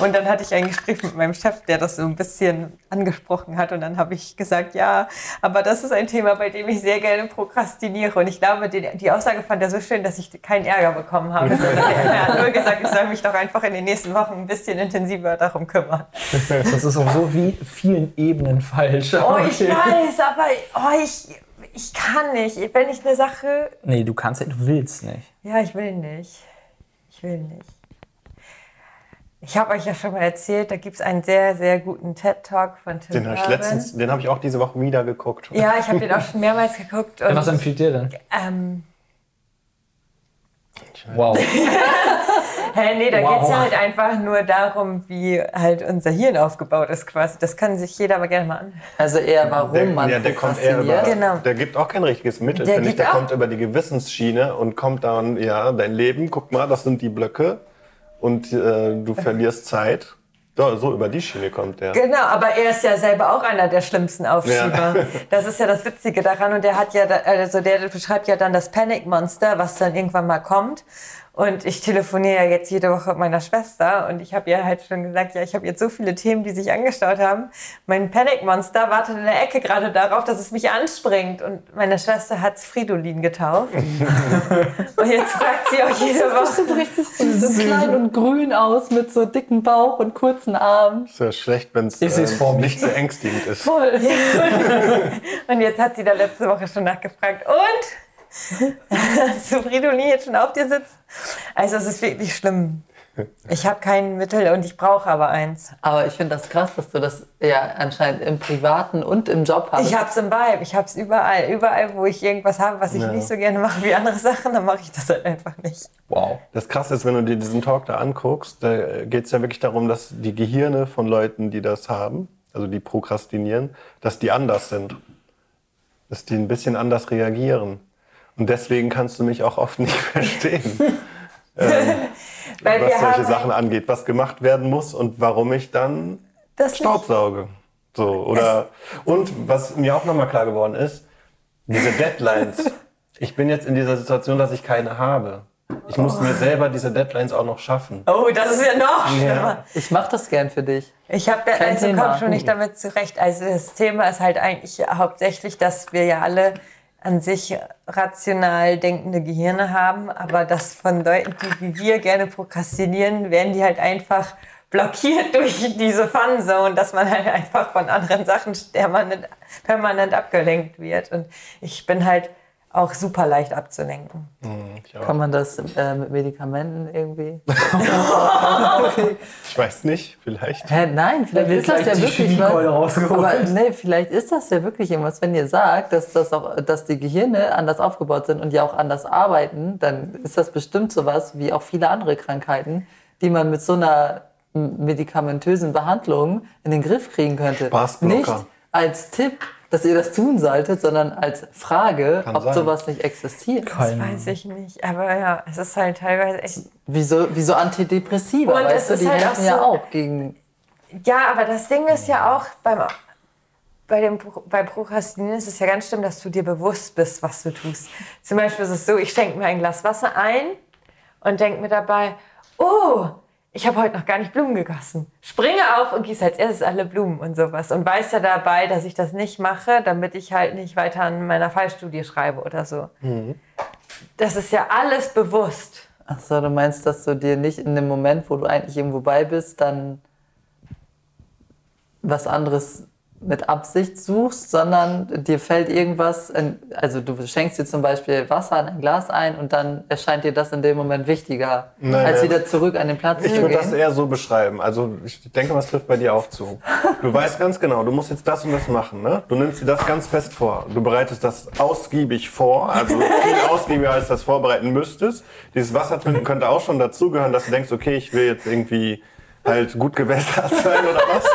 E: Und dann hatte ich ein Gespräch mit meinem Chef, der das so ein bisschen angesprochen hat. Und dann habe ich gesagt, ja, aber das ist ein Thema, bei dem ich sehr gerne prokrastiniere. Und ich glaube, den, die Aussage fand er so schön, dass ich keinen Ärger bekommen habe. er hat nur gesagt, ich soll mich doch einfach in den nächsten Wochen ein bisschen intensiver darum kümmern.
D: Das ist auf so wie vielen Ebenen falsch.
E: Oh, ich weiß, aber oh, ich, ich kann nicht. Wenn ich eine Sache.
D: Nee, du kannst nicht, du willst nicht.
E: Ja, ich will nicht. Ich will nicht. Ich habe euch ja schon mal erzählt, da gibt es einen sehr, sehr guten TED-Talk von Tim
C: Den habe ich
E: Urban.
C: letztens, den habe ich auch diese Woche wieder geguckt.
E: Ja, ich habe den auch schon mehrmals geguckt. Und,
D: Was empfiehlt dir denn?
E: ähm,
D: Wow.
E: Hä, nee, da
D: Wow.
E: geht's ja halt einfach nur darum, wie halt unser Hirn aufgebaut ist quasi. Das kann sich jeder aber gerne mal an.
B: Also eher warum
C: Der,
B: man
C: ja, der kommt eher über,
B: prokrastiniert.
E: Genau.
C: der gibt auch kein richtiges Mittel,
E: Der
C: finde ich.
E: gibt
C: Der
E: auch-
C: kommt über die Gewissensschiene und kommt dann, ja, dein Leben, guck mal, das sind die Blöcke und äh, du verlierst Zeit. So, so über die Schiene kommt der.
E: Genau, aber er ist ja selber auch einer der schlimmsten Aufschieber.
C: Ja.
E: Das ist ja das Witzige daran. Und der hat ja, da- also der beschreibt ja dann das Panic-Monster, was dann irgendwann mal kommt. Und ich telefoniere ja jetzt jede Woche mit meiner Schwester und ich habe ihr halt schon gesagt, ja, ich habe jetzt so viele Themen, die sich angestaut haben. Mein Panic-Monster wartet in der Ecke gerade darauf, dass es mich anspringt. Und meine Schwester hat es Fridolin getauft. und jetzt fragt sie auch jede Woche.
B: Sieht richtig süß, so klein und grün aus mit so dicken Bauch und kurzen Armen.
C: Ist ja schlecht, wenn es
D: Ich seh's vor mir.
C: nicht beängstigend ist.
B: Voll.
E: Und jetzt hat sie da letzte Woche schon nachgefragt. Und? Hast du Fridolin jetzt schon auf dir sitzt? Also es ist wirklich schlimm. Ich habe kein Mittel und ich brauche aber eins.
B: Aber ich finde das krass, dass du das ja anscheinend im Privaten und im Job hast.
E: Ich habe es im Vibe, ich habe es überall. Überall, wo ich irgendwas habe, was ich nicht so gerne mache wie andere Sachen, dann mache ich das halt einfach nicht.
D: Wow.
C: Das Krasse ist, wenn du dir diesen Talk da anguckst, da geht es ja wirklich darum, dass die Gehirne von Leuten, die das haben, also die prokrastinieren, dass die anders sind. Dass die ein bisschen anders reagieren. Und deswegen kannst du mich auch oft nicht verstehen,
E: Weil
C: was
E: wir
C: solche
E: haben
C: Sachen angeht, was gemacht werden muss und warum ich dann
E: das nicht.
C: Staubsauge. So, oder. Und was mir auch nochmal klar geworden ist, diese Deadlines. ich bin jetzt in dieser Situation, dass ich keine habe. Ich muss mir selber diese Deadlines auch noch schaffen.
E: Oh, das ist ja noch schlimmer.
C: Ja.
B: Ich mache das gern für dich.
E: Ich habe da,
B: Kein
E: also
B: Thema.
E: komme schon nicht damit zurecht. Also das Thema ist halt eigentlich hauptsächlich, dass wir ja alle an sich rational denkende Gehirne haben, aber dass von Leuten, die wie wir gerne prokrastinieren, werden die halt einfach blockiert durch diese Funzone, dass man halt einfach von anderen Sachen permanent, permanent abgelenkt wird. Und ich bin halt auch super leicht abzulenken.
B: Kann man das äh, mit Medikamenten irgendwie?
C: Ich weiß nicht, vielleicht.
B: Hä, nein, vielleicht
D: Da wird
B: ist das
D: gleich
B: ja
D: die
B: wirklich
D: Chemiekeule
B: was.
D: rausgeholt.
B: Aber nee, vielleicht ist das ja wirklich irgendwas, wenn ihr sagt, dass, das auch, dass die Gehirne anders aufgebaut sind und ja auch anders arbeiten, dann ist das bestimmt sowas wie auch viele andere Krankheiten, die man mit so einer m- medikamentösen Behandlung in den Griff kriegen könnte.
C: Spaßblocker.
B: Nicht als Tipp, dass ihr das tun solltet, sondern als Frage,
C: Kann
B: ob
C: sein.
B: sowas nicht existiert.
E: Das weiß ich nicht, aber ja, es ist halt teilweise echt
B: Wieso, wieso Antidepressiva?
E: Und
B: weißt
E: es
B: du,
E: ist
B: die
E: halt auch
B: helfen ja
E: so-
B: auch gegen
E: Ja, aber das Ding ist ja auch beim bei dem Pro- bei Prokrastinieren ist es ja ganz schlimm, dass du dir bewusst bist, was du tust. Zum Beispiel ist es so, ich schenke mir ein Glas Wasser ein und denke mir dabei, oh, ich habe heute noch gar nicht Blumen gegossen. Springe auf und gieße als erstes alle Blumen und sowas und weiß ja dabei, dass ich das nicht mache, damit ich halt nicht weiter an meiner Fallstudie schreibe oder so. Das ist ja alles bewusst.
B: Ach so, du meinst, dass du dir nicht in dem Moment, wo du eigentlich irgendwo bei bist, dann was anderes mit Absicht suchst, sondern dir fällt irgendwas, in, also du schenkst dir zum Beispiel Wasser in ein Glas ein und dann erscheint dir das in dem Moment wichtiger,
C: Nein,
B: als
C: nein.
B: wieder zurück an den Platz
C: Ich
B: zu
C: würde das
B: gehen.
C: eher so beschreiben. Also ich denke, was trifft bei dir auch zu. Du weißt ganz genau, du musst jetzt das und das machen. Ne? Du nimmst dir das ganz fest vor. Du bereitest das ausgiebig vor, also viel ausgiebiger, als du das vorbereiten müsstest. Dieses Wasser trinken könnte auch schon dazugehören, dass du denkst, okay, ich will jetzt irgendwie halt gut gewässert sein oder was.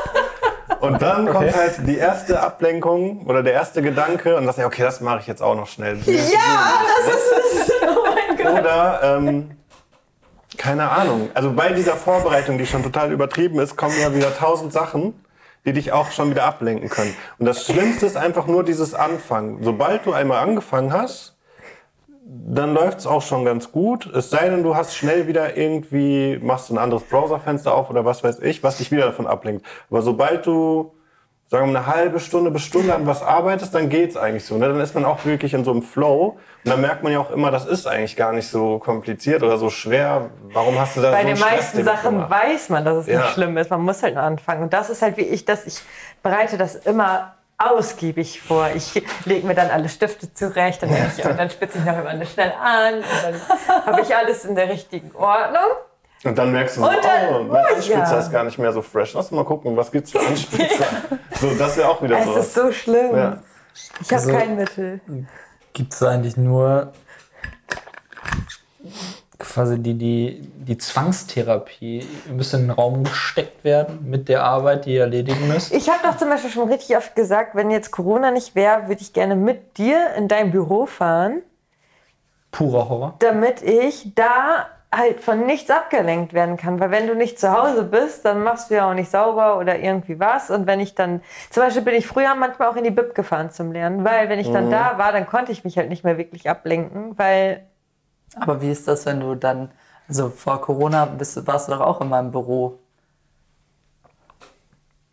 C: Und dann kommt halt die erste Ablenkung oder der erste Gedanke und das ja, okay, das mache ich jetzt auch noch schnell.
E: Ja, das ist es. Oh mein Gott.
C: Oder, ähm, keine Ahnung. Also bei dieser Vorbereitung, die schon total übertrieben ist, kommen ja wieder tausend Sachen, die dich auch schon wieder ablenken können. Und das Schlimmste ist einfach nur dieses Anfangen. Sobald du einmal angefangen hast, dann läuft's auch schon ganz gut. Es sei denn, du hast schnell wieder irgendwie, machst ein anderes Browserfenster auf oder was weiß ich, was dich wieder davon ablenkt. Aber sobald du sagen wir mal, eine halbe Stunde bis Stunde an was arbeitest, dann geht's eigentlich so. Ne? Dann ist man auch wirklich in so einem Flow und dann merkt man ja auch immer, das ist eigentlich gar nicht so kompliziert oder so schwer. Warum hast du da
E: Bei
C: so
E: den
C: einen Stress
E: meisten
C: damit
E: Sachen
C: gemacht?
E: weiß man, dass es
C: Ja.
E: nicht schlimm ist. Man muss halt nur anfangen. Und das ist halt wie ich, dass ich bereite das immer ausgiebig vor. Ich lege mir dann alle Stifte zurecht und, ich, und dann spitze ich noch immer alles schnell an. Und dann habe ich alles in der richtigen Ordnung.
C: Und dann merkst du so,
E: Und dann-
C: oh, mein
E: oh,
C: Anspitzer
E: ja.
C: ist gar nicht mehr so fresh. Lass mal gucken, was gibt's für Anspitzer. so, das wäre auch wieder
E: Es
C: so.
E: ist so schlimm.
C: Ja.
E: Ich habe
D: Also-
E: kein Mittel.
D: Gibt es eigentlich nur quasi die, die, die Zwangstherapie. Ihr müsst in den Raum gesteckt werden mit der Arbeit, die ihr erledigen müsst.
E: Ich habe doch zum Beispiel schon richtig oft gesagt, wenn jetzt Corona nicht wäre, würde ich gerne mit dir in dein Büro fahren,
D: Purer Horror.
E: damit ich da halt von nichts abgelenkt werden kann. Weil wenn du nicht zu Hause bist, dann machst du ja auch nicht sauber oder irgendwie was. Und wenn ich dann, zum Beispiel bin ich früher manchmal auch in die Bib gefahren zum Lernen, weil wenn ich
B: Mhm.
E: dann da war, dann konnte ich mich halt nicht mehr wirklich ablenken, weil
B: Aber wie ist das, wenn du dann, also vor Corona bist, du- warst du doch auch in meinem Büro.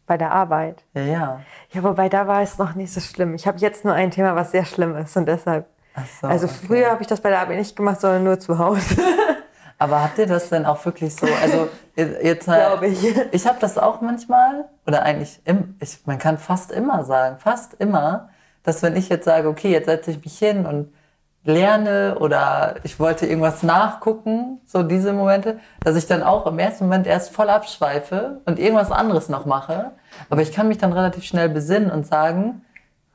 E: bei der Arbeit.
B: Ja, ja.
E: Ja, wobei da war es noch nicht so schlimm. Ich habe jetzt nur ein Thema, was sehr schlimm ist und deshalb.
B: Ach so,
E: also
B: okay.
E: früher habe ich das bei der Arbeit nicht gemacht, sondern nur zu Hause,
B: Aber habt ihr das denn auch wirklich so? Also jetzt
E: glaube ich.
B: Ich habe das auch manchmal, oder eigentlich, im, ich, man kann fast immer sagen, fast immer, dass wenn ich jetzt sage, okay, jetzt setze ich mich hin und lerne oder ich wollte irgendwas nachgucken, so diese Momente, dass ich dann auch im ersten Moment erst voll abschweife und irgendwas anderes noch mache. Aber ich kann mich dann relativ schnell besinnen und sagen,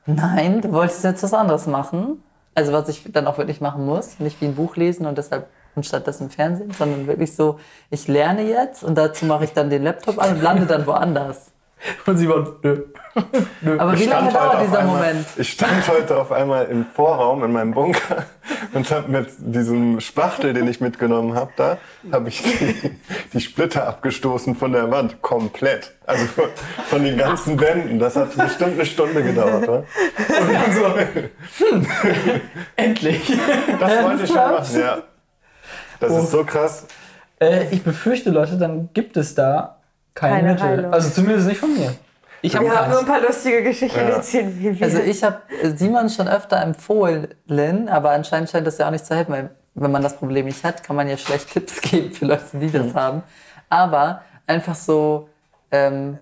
B: nein, du wolltest jetzt was anderes machen. Also was ich dann auch wirklich machen muss, nicht wie ein Buch lesen und deshalb anstatt das im Fernsehen, sondern wirklich so, ich lerne jetzt und dazu mache ich dann den Laptop an und lande dann woanders.
D: Und sie war, nö. halt
B: Aber wie lange
C: stand heute
B: dauert
C: auf
B: dieser
C: einmal,
B: Moment?
C: Ich stand heute auf einmal im Vorraum in meinem Bunker und habe mit diesem Spachtel, den ich mitgenommen habe, da habe ich die, die Splitter abgestoßen von der Wand komplett, also von, von den ganzen Wänden. Das hat bestimmt eine Stunde gedauert. Oder?
D: Und dann so, hm, endlich.
C: Das wollte ich schon machen. Ja. Das ist so krass.
D: Äh, ich befürchte, Leute, dann gibt es da kein
E: Keine
D: Mittel.
E: Heilung.
D: Also zumindest nicht von mir. Ich habe
E: Wir haben nur ein
D: keins.
E: paar lustige Geschichten
C: Ja.
E: erzählt, wie wir.
B: Also ich habe Simon schon öfter empfohlen, aber anscheinend scheint das ja auch nicht zu helfen, weil wenn man das Problem nicht hat, kann man ja schlecht Tipps geben für Leute, die das haben. Aber einfach so ähm,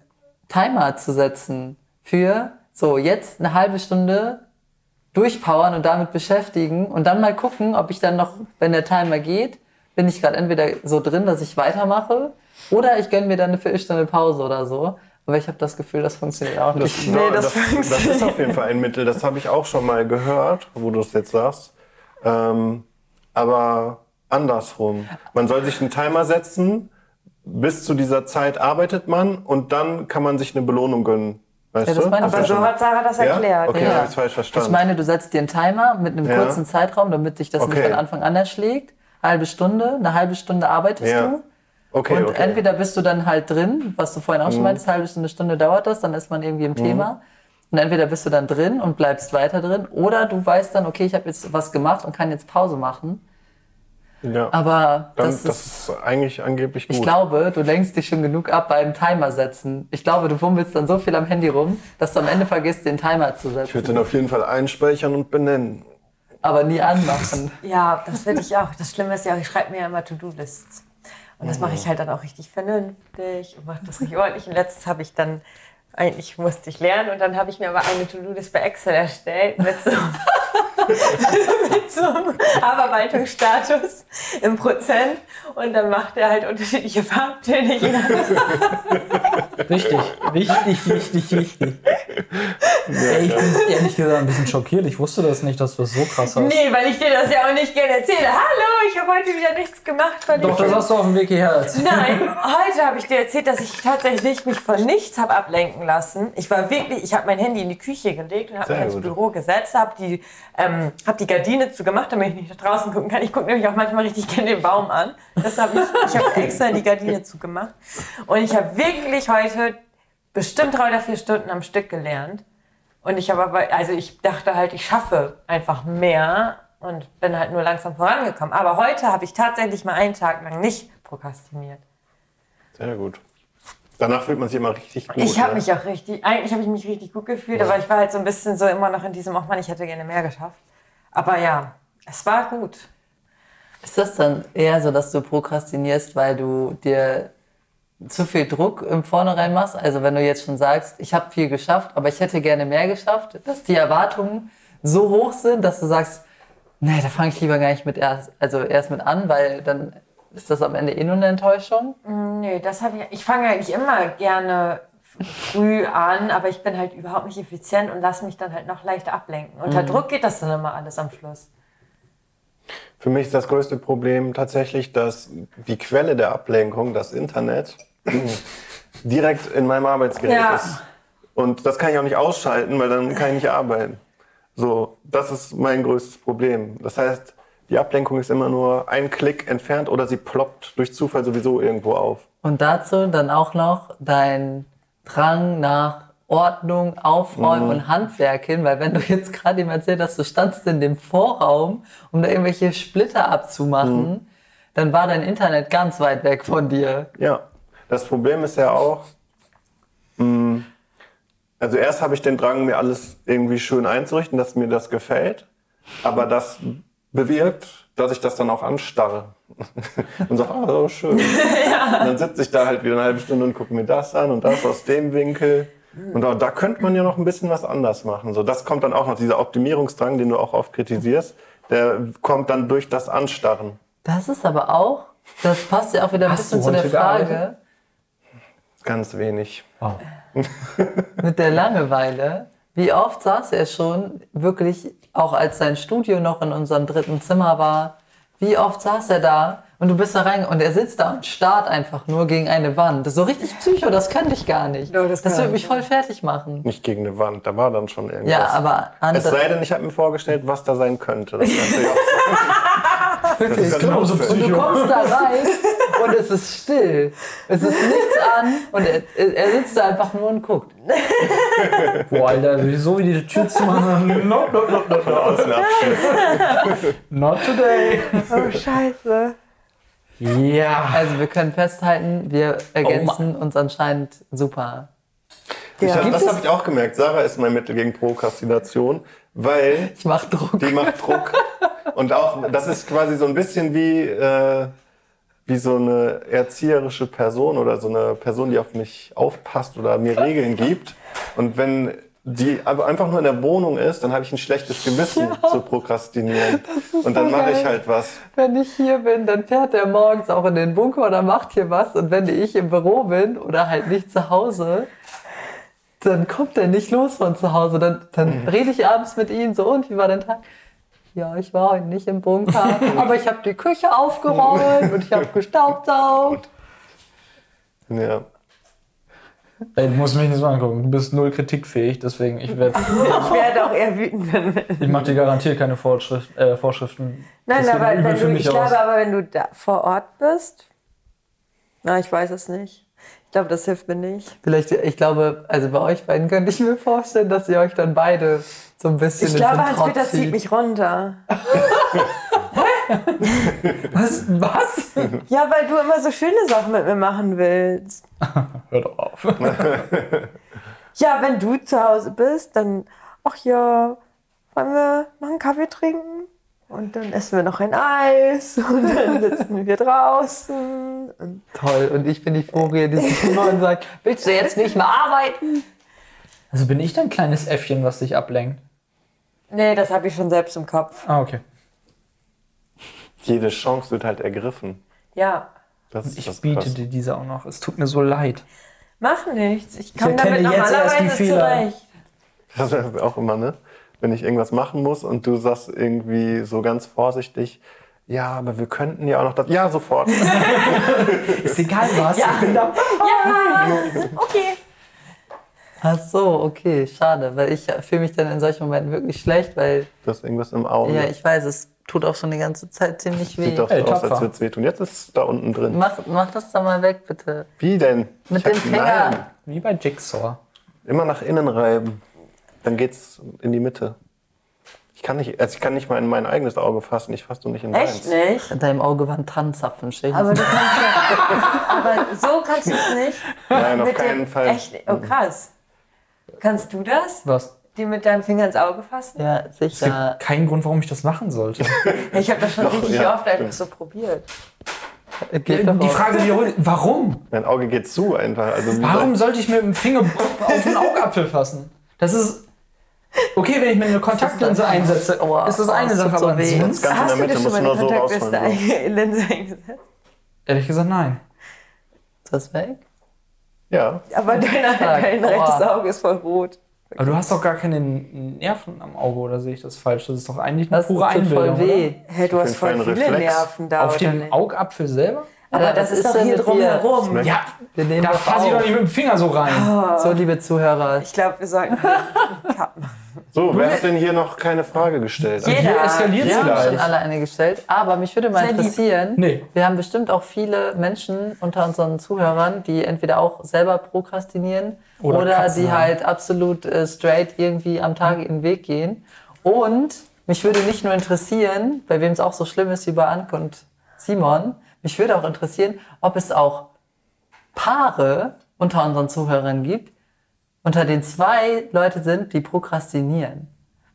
B: Timer zu setzen für so jetzt eine halbe Stunde durchpowern und damit beschäftigen und dann mal gucken, ob ich dann noch, wenn der Timer geht, bin ich gerade entweder so drin, dass ich weitermache oder ich gönn mir dann eine Viertelstunde Pause oder so. Aber ich habe das Gefühl, das funktioniert auch nicht.
C: Das, nee, das, das, ist auf jeden Fall ein Mittel. Das habe ich auch schon mal gehört, wo du es jetzt sagst. Ähm, aber andersrum. Man soll sich einen Timer setzen, bis zu dieser Zeit arbeitet man und dann kann man sich eine Belohnung gönnen. Weißt
B: Ja, das
C: du? Also
B: meine ich.
C: Hast
E: aber
C: du
E: so
C: schon
E: hat
C: mal-
E: Sarah das
C: ja?
E: erklärt.
C: Okay,
B: Also Ja.
C: habe ich falsch verstanden.
B: Ich meine, du setzt dir einen Timer mit einem
C: Ja.
B: kurzen Zeitraum, damit dich das nicht
C: Okay.
B: von Anfang an erschlägt. Halbe Stunde, eine halbe Stunde arbeitest
C: Ja.
B: du.
C: okay,
B: und
C: okay. Mhm.
B: entweder bist du dann halt drin, was du vorhin auch schon meintest, halbe Stunde, Stunde dauert das, dann ist man irgendwie im Thema. Und entweder bist du dann drin und bleibst weiter drin, oder du weißt dann, okay, ich habe jetzt was gemacht und kann jetzt Pause machen.
C: ja.
B: Aber
C: dann,
B: das, ist,
C: eigentlich angeblich gut.
B: ich glaube, du lenkst dich schon genug ab beim Timer setzen. Ich glaube, du wummelst dann so viel am Handy rum, dass du am Ende vergisst, den Timer zu
C: ich würde
B: setzen.
C: den auf jeden Fall einspeichern und benennen.
B: Aber nie anmachen.
E: Ja, das will ich auch. Das Schlimme ist ja, auch, ich schreibe mir ja immer To-Do-Lists. Und das mache ich halt dann auch richtig vernünftig und mache das richtig ordentlich. Und letztens habe ich dann, eigentlich musste ich lernen und dann habe ich mir aber eine To-Do-List bei Excel erstellt mit so, mit so einem Abarbeitungsstatus im Prozent. Und dann macht er halt unterschiedliche Farbtöne. je nach-
D: Richtig, wichtig, wichtig, wichtig. Ey, ich bin ehrlich gesagt ein bisschen schockiert. Ich wusste das nicht, dass du das so krass hast.
E: Nee, weil ich dir das ja auch nicht gerne erzähle. Hallo, ich habe heute wieder nichts gemacht. Weil
D: Doch,
E: ich
D: das hast du auf dem Weg hierher erzählt.
E: Nein, heute habe ich dir erzählt, dass ich tatsächlich mich von nichts habe ablenken lassen. Ich war wirklich, ich habe mein Handy in die Küche gelegt und habe
C: Sehr
E: mich ins
C: gut.
E: Büro gesetzt, habe die, ähm, habe die Gardine zugemacht, damit ich nicht nach draußen gucken kann. Ich gucke nämlich auch manchmal richtig gerne den Baum an. Das habe ich, ich habe extra die Gardine zugemacht. Und ich habe wirklich heute bestimmt drei oder vier Stunden am Stück gelernt. Und ich habe aber, also ich dachte halt, ich schaffe einfach mehr und bin halt nur langsam vorangekommen. Aber heute habe ich tatsächlich mal einen Tag lang nicht prokrastiniert.
C: Sehr gut. Danach fühlt man sich immer richtig gut.
E: Ich habe
C: ne?
E: mich auch richtig, eigentlich habe ich mich richtig gut gefühlt, aber ich war halt so ein bisschen so immer noch in diesem, ach man, ich hätte gerne mehr geschafft. Aber ja, es war gut.
B: Ist das dann eher so, dass du prokrastinierst, weil du dir zu viel Druck im Vornherein machst? Also wenn du jetzt schon sagst, ich habe viel geschafft, aber ich hätte gerne mehr geschafft, dass die Erwartungen so hoch sind, dass du sagst, nee, da fange ich lieber gar nicht mit erst, also erst mit an, weil dann ist das am Ende eh nur eine Enttäuschung.
E: Nö, das habe ich, ich fange eigentlich immer gerne früh an, aber ich bin halt überhaupt nicht effizient und lasse mich dann halt noch leichter ablenken. Unter Druck geht das dann immer alles am Schluss.
C: Für mich ist das größte Problem tatsächlich, dass die Quelle der Ablenkung, das Internet, direkt in meinem Arbeitsgerät
E: Ja.
C: ist. Und das kann ich auch nicht ausschalten, weil dann kann ich nicht arbeiten. So, das ist mein größtes Problem. Das heißt, die Ablenkung ist immer nur ein Klick entfernt oder sie ploppt durch Zufall sowieso irgendwo auf.
B: Und dazu dann auch noch dein Drang nach Ordnung,
D: Mhm.
B: Aufräumen und Handwerk hin, weil wenn du jetzt gerade ihm erzählt hast, du standst in dem Vorraum, um da irgendwelche Splitter abzumachen,
D: Mhm.
B: dann war dein Internet ganz weit weg von dir.
C: Ja, das Problem ist ja auch, mh, also erst habe ich den Drang, mir alles irgendwie schön einzurichten, dass mir das gefällt, aber das bewirkt, dass ich das dann auch anstarre und sage, ah, so schön. Und dann sitze ich da halt wieder eine halbe Stunde und gucke mir das an und das aus dem Winkel. Und auch da könnte man ja noch ein bisschen was anders machen. So, das kommt dann auch noch, dieser Optimierungsdrang, den du auch oft kritisierst, der kommt dann durch das Anstarren.
B: Das ist aber auch, das passt ja auch wieder ein
D: Hast
B: bisschen
D: du
B: zu der
D: heute
B: Frage
D: gearbeitet?
C: Ganz wenig.
B: mit der Langeweile. Wie oft saß er schon, wirklich auch als sein Studio noch in unserem dritten Zimmer war, wie oft saß er da und du bist da rein und er sitzt da und starrt einfach nur gegen eine Wand. Das ist so richtig Psycho, das könnte ich gar nicht.
E: Ja,
B: das
E: das
B: das
E: kann
B: würde
E: ich
B: mich voll fertig machen.
C: Nicht gegen eine Wand, da war dann schon irgendwas.
B: Ja, aber
C: Es sei
B: andere,
C: denn, ich habe mir vorgestellt, was da sein könnte. Das ist natürlich auch-
B: wirklich. Genau
C: das genau kann auch
D: so
C: sein.
B: Du kommst da rein und es ist still. Es ist nichts an und er, er sitzt da einfach nur und guckt.
D: Boah, Alter, so wie die Tür zu machen. No, no, no, no, no.
C: Außen abschließen.
D: Not today.
E: Oh, scheiße.
D: Ja.
B: Also wir können festhalten,
C: Oh
B: wir ergänzen uns anscheinend super.
C: Ich hab-
E: Gibt
C: Das habe ich auch gemerkt. Sarah ist mein Mittel gegen Prokrastination, weil
B: Ich mach Druck.
C: die macht Druck. Und auch, das ist quasi so ein bisschen wie, äh, wie so eine erzieherische Person oder so eine Person, die auf mich aufpasst oder mir Regeln gibt. Und wenn die aber einfach nur in der Wohnung ist, dann habe ich ein schlechtes Gewissen zu prokrastinieren. Und dann
B: so
C: mache ich
B: geil.
C: halt was.
B: Wenn ich hier bin, dann fährt er morgens auch in den Bunker oder macht hier was. Und wenn ich im Büro bin oder halt nicht zu Hause, dann kommt er nicht los von zu Hause. Dann, dann rede ich abends mit ihm so, und wie war dein Tag? Ja, ich war heute nicht im Bunker, aber ich habe die Küche aufgeräumt und ich habe gestaubsaugt.
C: Ja.
D: Ey, du musst mich nicht so angucken. Du bist null kritikfähig, deswegen ich werde.
E: Ich werde auch eher wütend, wenn.
D: Ich mache dir garantiert keine Vorschrift, äh, Vorschriften.
E: Nein,
D: Das wird
E: aber
D: übel
E: wenn
D: für
E: du,
D: mich
E: ich
D: aus.
E: glaube, aber wenn du da vor Ort bist. Na, ich weiß es nicht. Ich glaube, das hilft mir nicht.
B: Vielleicht, ich glaube, also bei euch beiden könnte ich mir vorstellen, dass ihr euch dann beide so ein bisschen
E: Ich
B: in
E: glaube,
B: so einen Trott
E: Hans-Peter zieht
B: zieht.
E: mich runter.
B: Was? Was?
E: Ja, weil du immer so schöne Sachen mit mir machen willst.
D: Hör doch auf.
E: Ja, wenn du zu Hause bist, dann, ach ja, wollen wir noch einen Kaffee trinken? Und dann essen wir noch ein Eis und dann sitzen wir draußen. Und
B: Toll. Und ich bin die Furie, die sich immer und sagt, willst du jetzt nicht mehr arbeiten?
D: Also bin ich dein kleines Äffchen, was dich ablenkt.
E: nee, das habe ich schon selbst im Kopf.
D: Ah, okay.
C: Jede Chance wird halt ergriffen.
E: Ja,
C: Das ist
D: Ich
C: das
D: biete
C: Krasse.
D: dir diese auch noch. Es tut mir so leid.
E: mach nichts. Ich komme
D: erkenne
E: damit
D: jetzt erst die
E: normalerweise
D: Fehler.
E: zurecht.
C: Das ist auch immer, ne? Wenn ich irgendwas machen muss und du sagst irgendwie so ganz vorsichtig, ja, aber wir könnten ja auch noch das. Ja, sofort.
D: Ist egal was. Ja. Ich bin da.
E: Ja, okay.
B: Ach so, okay, schade, weil ich äh, fühle mich dann in solchen Momenten wirklich schlecht, weil,
C: Du hast irgendwas im Auge.
B: ja, ich weiß, es tut auch schon die ganze Zeit ziemlich weh.
C: Sieht doch so
D: Ey,
C: aus,
D: tapfer.
C: als würde es wehtun. Jetzt ist es da unten drin.
B: Mach, mach das doch mal weg, bitte.
C: Wie denn?
B: Mit
C: Ich hab-
B: dem Finger.
C: Nein.
D: Wie bei Jigsaw.
C: Immer nach innen reiben. Dann geht's in die Mitte. Ich kann nicht, also ich kann nicht mal in mein eigenes Auge fassen. Ich fasse nur nicht in
E: Echt
C: deins.
E: nicht?
B: In deinem Auge waren Tannenzapfenschichten.
E: Aber, du kannst ja, aber so kannst du es nicht.
C: Nein, auf
E: Mit dem-
C: keinen Fall.
E: Echt? Oh, krass. Kannst du das?
D: Was?
E: Die mit deinem Finger ins Auge fassen?
B: ja,
D: Es gibt
B: sicher.
D: keinen Grund, warum ich das machen sollte.
E: Ich habe das schon
C: Doch,
E: richtig
C: ja,
E: oft einfach
C: stimmt.
E: so probiert.
B: Geht doch
D: Die
B: auch.
D: Frage wiederholt. Warum?
C: Mein Auge geht zu einfach. Also wie
D: Warum
C: gesagt,
D: sollte ich mit dem Finger auf den Augapfel fassen? Das ist. Okay, wenn ich mir eine Kontaktlinse einsetze,
B: Aua,
D: ist das
B: aua,
D: eine
B: es Oh, tut
D: Sache,
B: so
D: aber
B: weh.
D: ansonsten-
C: ganz in
E: Hast
C: der
E: du
C: Mitte
E: dir schon
C: musst du
E: mal
C: nur
E: eine
C: genau so
E: Kontaktlinse
C: rausholen.
E: ein- Linse eingesetzt?
D: Ehrlich gesagt, nein.
B: Ist das weg?
C: Ja,
E: Aber dein, dein
B: Aua.
E: rechtes Auge ist voll rot.
D: Aber du hast doch gar keine Nerven am Auge, oder sehe ich das falsch? Das ist doch eigentlich eine
B: Das
D: pure
B: tut
D: Einbildung.
B: voll weh.
D: Oder?
F: Hä, du hast
C: jeden Fall
F: voll
C: ein
F: viele
C: Reflex.
F: Nerven da,
D: Auf
F: oder
D: dem
F: nicht?
D: Augapfel selber?
F: Aber das ist doch
B: denn
F: hier
B: mit dir?
F: drumherum.
C: Schmeckt-
D: Ja,
B: Wir nehmen
D: da
B: das
D: fasse ich
B: auf. Ah,
D: doch nicht mit dem Finger so rein.
B: So, liebe Zuhörer,
F: Ich glaube, wir sollten kappen.
C: So, wer hat denn hier noch keine Frage gestellt? Also
F: Jeder.
D: Hier eskaliert
B: wir
D: es
B: haben schon
D: gleich.
B: alle eine gestellt. Aber mich würde mal
F: Sehr lieb.
B: interessieren,
D: Nee.
B: wir haben bestimmt auch viele Menschen unter unseren Zuhörern, die entweder auch selber prokrastinieren
D: Oder
B: oder,
D: Katzen
B: die
D: haben.
B: halt absolut äh, straight irgendwie am Tag ihren Weg gehen. Und mich würde nicht nur interessieren, bei wem es auch so schlimm ist wie bei Anke und Simon, mich würde auch interessieren, ob es auch Paare unter unseren Zuhörern gibt, unter den zwei Leute sind, die prokrastinieren.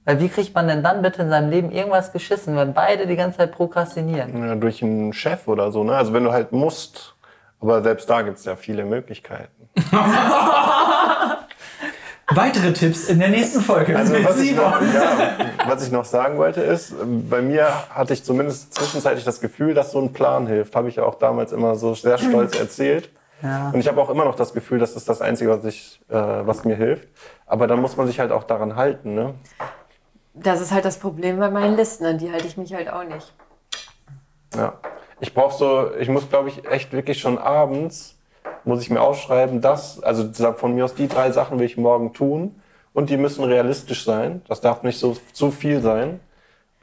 B: Weil wie kriegt man denn dann bitte in seinem Leben irgendwas geschissen, wenn beide die ganze Zeit prokrastinieren?
C: Ja, durch einen Chef oder so, ne? Also wenn du halt musst. Aber selbst da gibt es ja viele Möglichkeiten.
D: Weitere Tipps in der nächsten Folge.
B: Also,
D: mit
C: Also, was ich,
D: Simon.
C: noch, ja, was ich noch sagen wollte ist, ähm, bei mir hatte ich zumindest zwischenzeitlich das Gefühl, dass so ein Plan hilft. Habe ich ja auch damals immer so sehr stolz erzählt. Und ich habe auch immer noch das Gefühl, das ist das Einzige, was, ich, äh, was mir hilft. Aber dann muss man sich halt auch daran halten. Ne?
E: Das ist halt das Problem bei meinen Listen, an die halte ich mich halt auch nicht.
C: Ja. Ich brauche so, ich muss, glaube ich, echt wirklich schon abends, muss ich mir aufschreiben, das, also sag von mir aus die drei Sachen will ich morgen tun und die müssen realistisch sein. Das darf nicht so zu viel sein.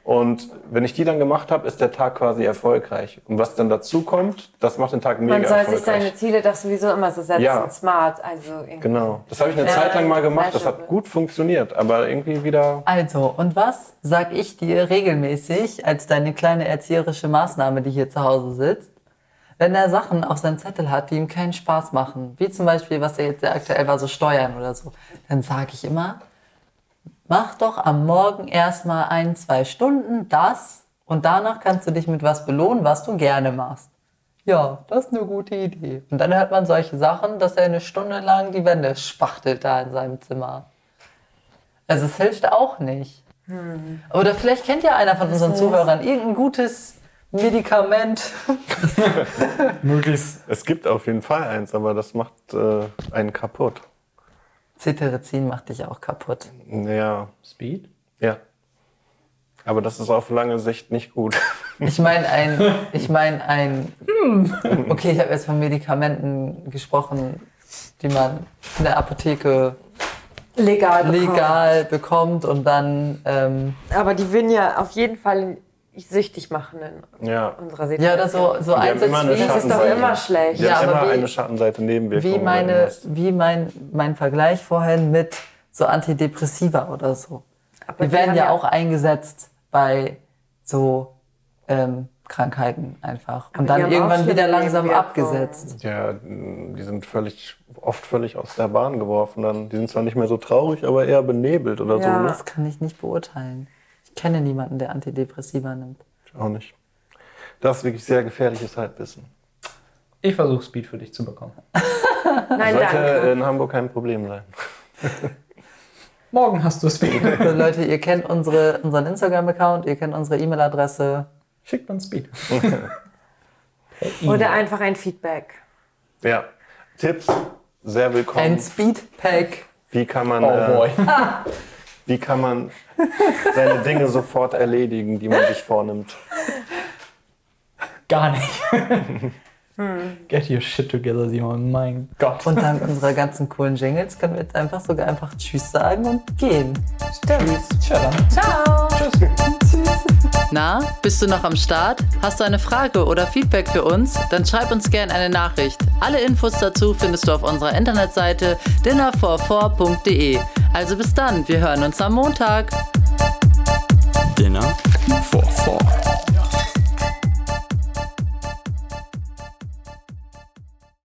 C: Und wenn ich die dann gemacht habe, ist der Tag quasi erfolgreich. Und was dann dazu kommt, das macht den Tag mega
E: Man soll sich
C: erfolgreich.
E: seine Ziele doch sowieso immer so setzen,
C: Ja.
E: smart. Also irgendwie.
C: genau. Das habe ich eine
E: Ja,
C: Zeit lang mal gemacht. Das hat
E: Leitschrift.
C: gut funktioniert, aber irgendwie wieder.
B: Also, und was sag ich dir regelmäßig als deine kleine erzieherische Maßnahme, die hier zu Hause sitzt? Wenn er Sachen auf seinem Zettel hat, die ihm keinen Spaß machen, wie zum Beispiel, was er jetzt sehr aktuell war, so Steuern oder so, dann sage ich immer, mach doch am Morgen erstmal ein, zwei Stunden das und danach kannst du dich mit was belohnen, was du gerne machst. Ja, das ist eine gute Idee. Und dann hört man solche Sachen, dass er eine Stunde lang die Wände spachtelt da in seinem Zimmer. Also es hilft auch nicht. Oder vielleicht kennt ja einer von unseren Zuhörern irgendein gutes Medikament.
D: Möglichst.
C: Es gibt auf jeden Fall eins, aber das macht äh, einen kaputt.
B: Cetirizin macht dich auch kaputt.
C: Ja,
D: Speed?
C: Ja. Aber das ist auf lange Sicht nicht gut.
B: Ich meine ein, ich meine ein, okay, ich habe jetzt von Medikamenten gesprochen, die man in der Apotheke
E: Legal. bekommen.
B: legal bekommt und dann, ähm,
E: Aber die würden ja auf jeden Fall süchtig machen in
C: Ja.
E: unserer Situation.
B: ja, oder so, so
C: Die haben immer eine
B: Einsätze
E: Das ist doch
C: Schattenseite.
E: immer schlecht.
C: Die
B: Ja,
C: haben
B: aber
C: immer
B: wie-
C: eine Schattenseite Nebenwirkung.
B: wie
C: oder
B: meine,
C: irgendwas.
B: wie mein, mein Vergleich vorhin mit so Antidepressiva oder so.
E: Aber
B: Die werden
E: haben
B: ja, auch eingesetzt bei so ähm, Krankheiten einfach. Und
E: Aber die
B: dann
E: haben auch
B: irgendwann
E: schlimme
B: wieder langsam
E: Nebenwirkungen.
B: abgesetzt.
C: Ja, mh, die sind völlig, oft völlig aus der Bahn geworfen dann. Die sind zwar nicht mehr so traurig, aber eher benebelt oder
E: Ja.
C: so. ne?
B: Das kann ich nicht beurteilen. Ich kenne niemanden, der Antidepressiva nimmt.
C: Ne? Auch nicht. Das ist wirklich sehr gefährliches Halbwissen.
D: Ich versuche Speed für dich zu bekommen.
E: Nein,
C: Sollte
E: danke.
C: in Hamburg kein Problem sein.
D: Morgen hast du Speed.
B: So, Also Leute, ihr kennt unsere, unseren Instagram-Account, ihr kennt unsere E-Mail-Adresse.
D: Schickt man Speed.
E: Oder einfach ein Feedback.
C: Ja. Tipps, sehr willkommen.
B: Ein Speedpack.
C: Wie kann man,
D: Oh boy.
C: äh, wie kann man seine Dinge sofort erledigen, die man sich vornimmt?
D: Gar nicht. Get your shit together, Simon. Mein Gott.
B: Und dank unserer ganzen coolen Jingles können wir jetzt einfach sogar einfach Tschüss sagen und gehen.
D: Tschüss.
B: Na, bist du noch am Start? Hast du eine Frage oder Feedback für uns? Dann schreib uns gerne eine Nachricht. Alle Infos dazu findest du auf unserer Internetseite dinner44.de. Also bis dann, wir hören uns am Montag.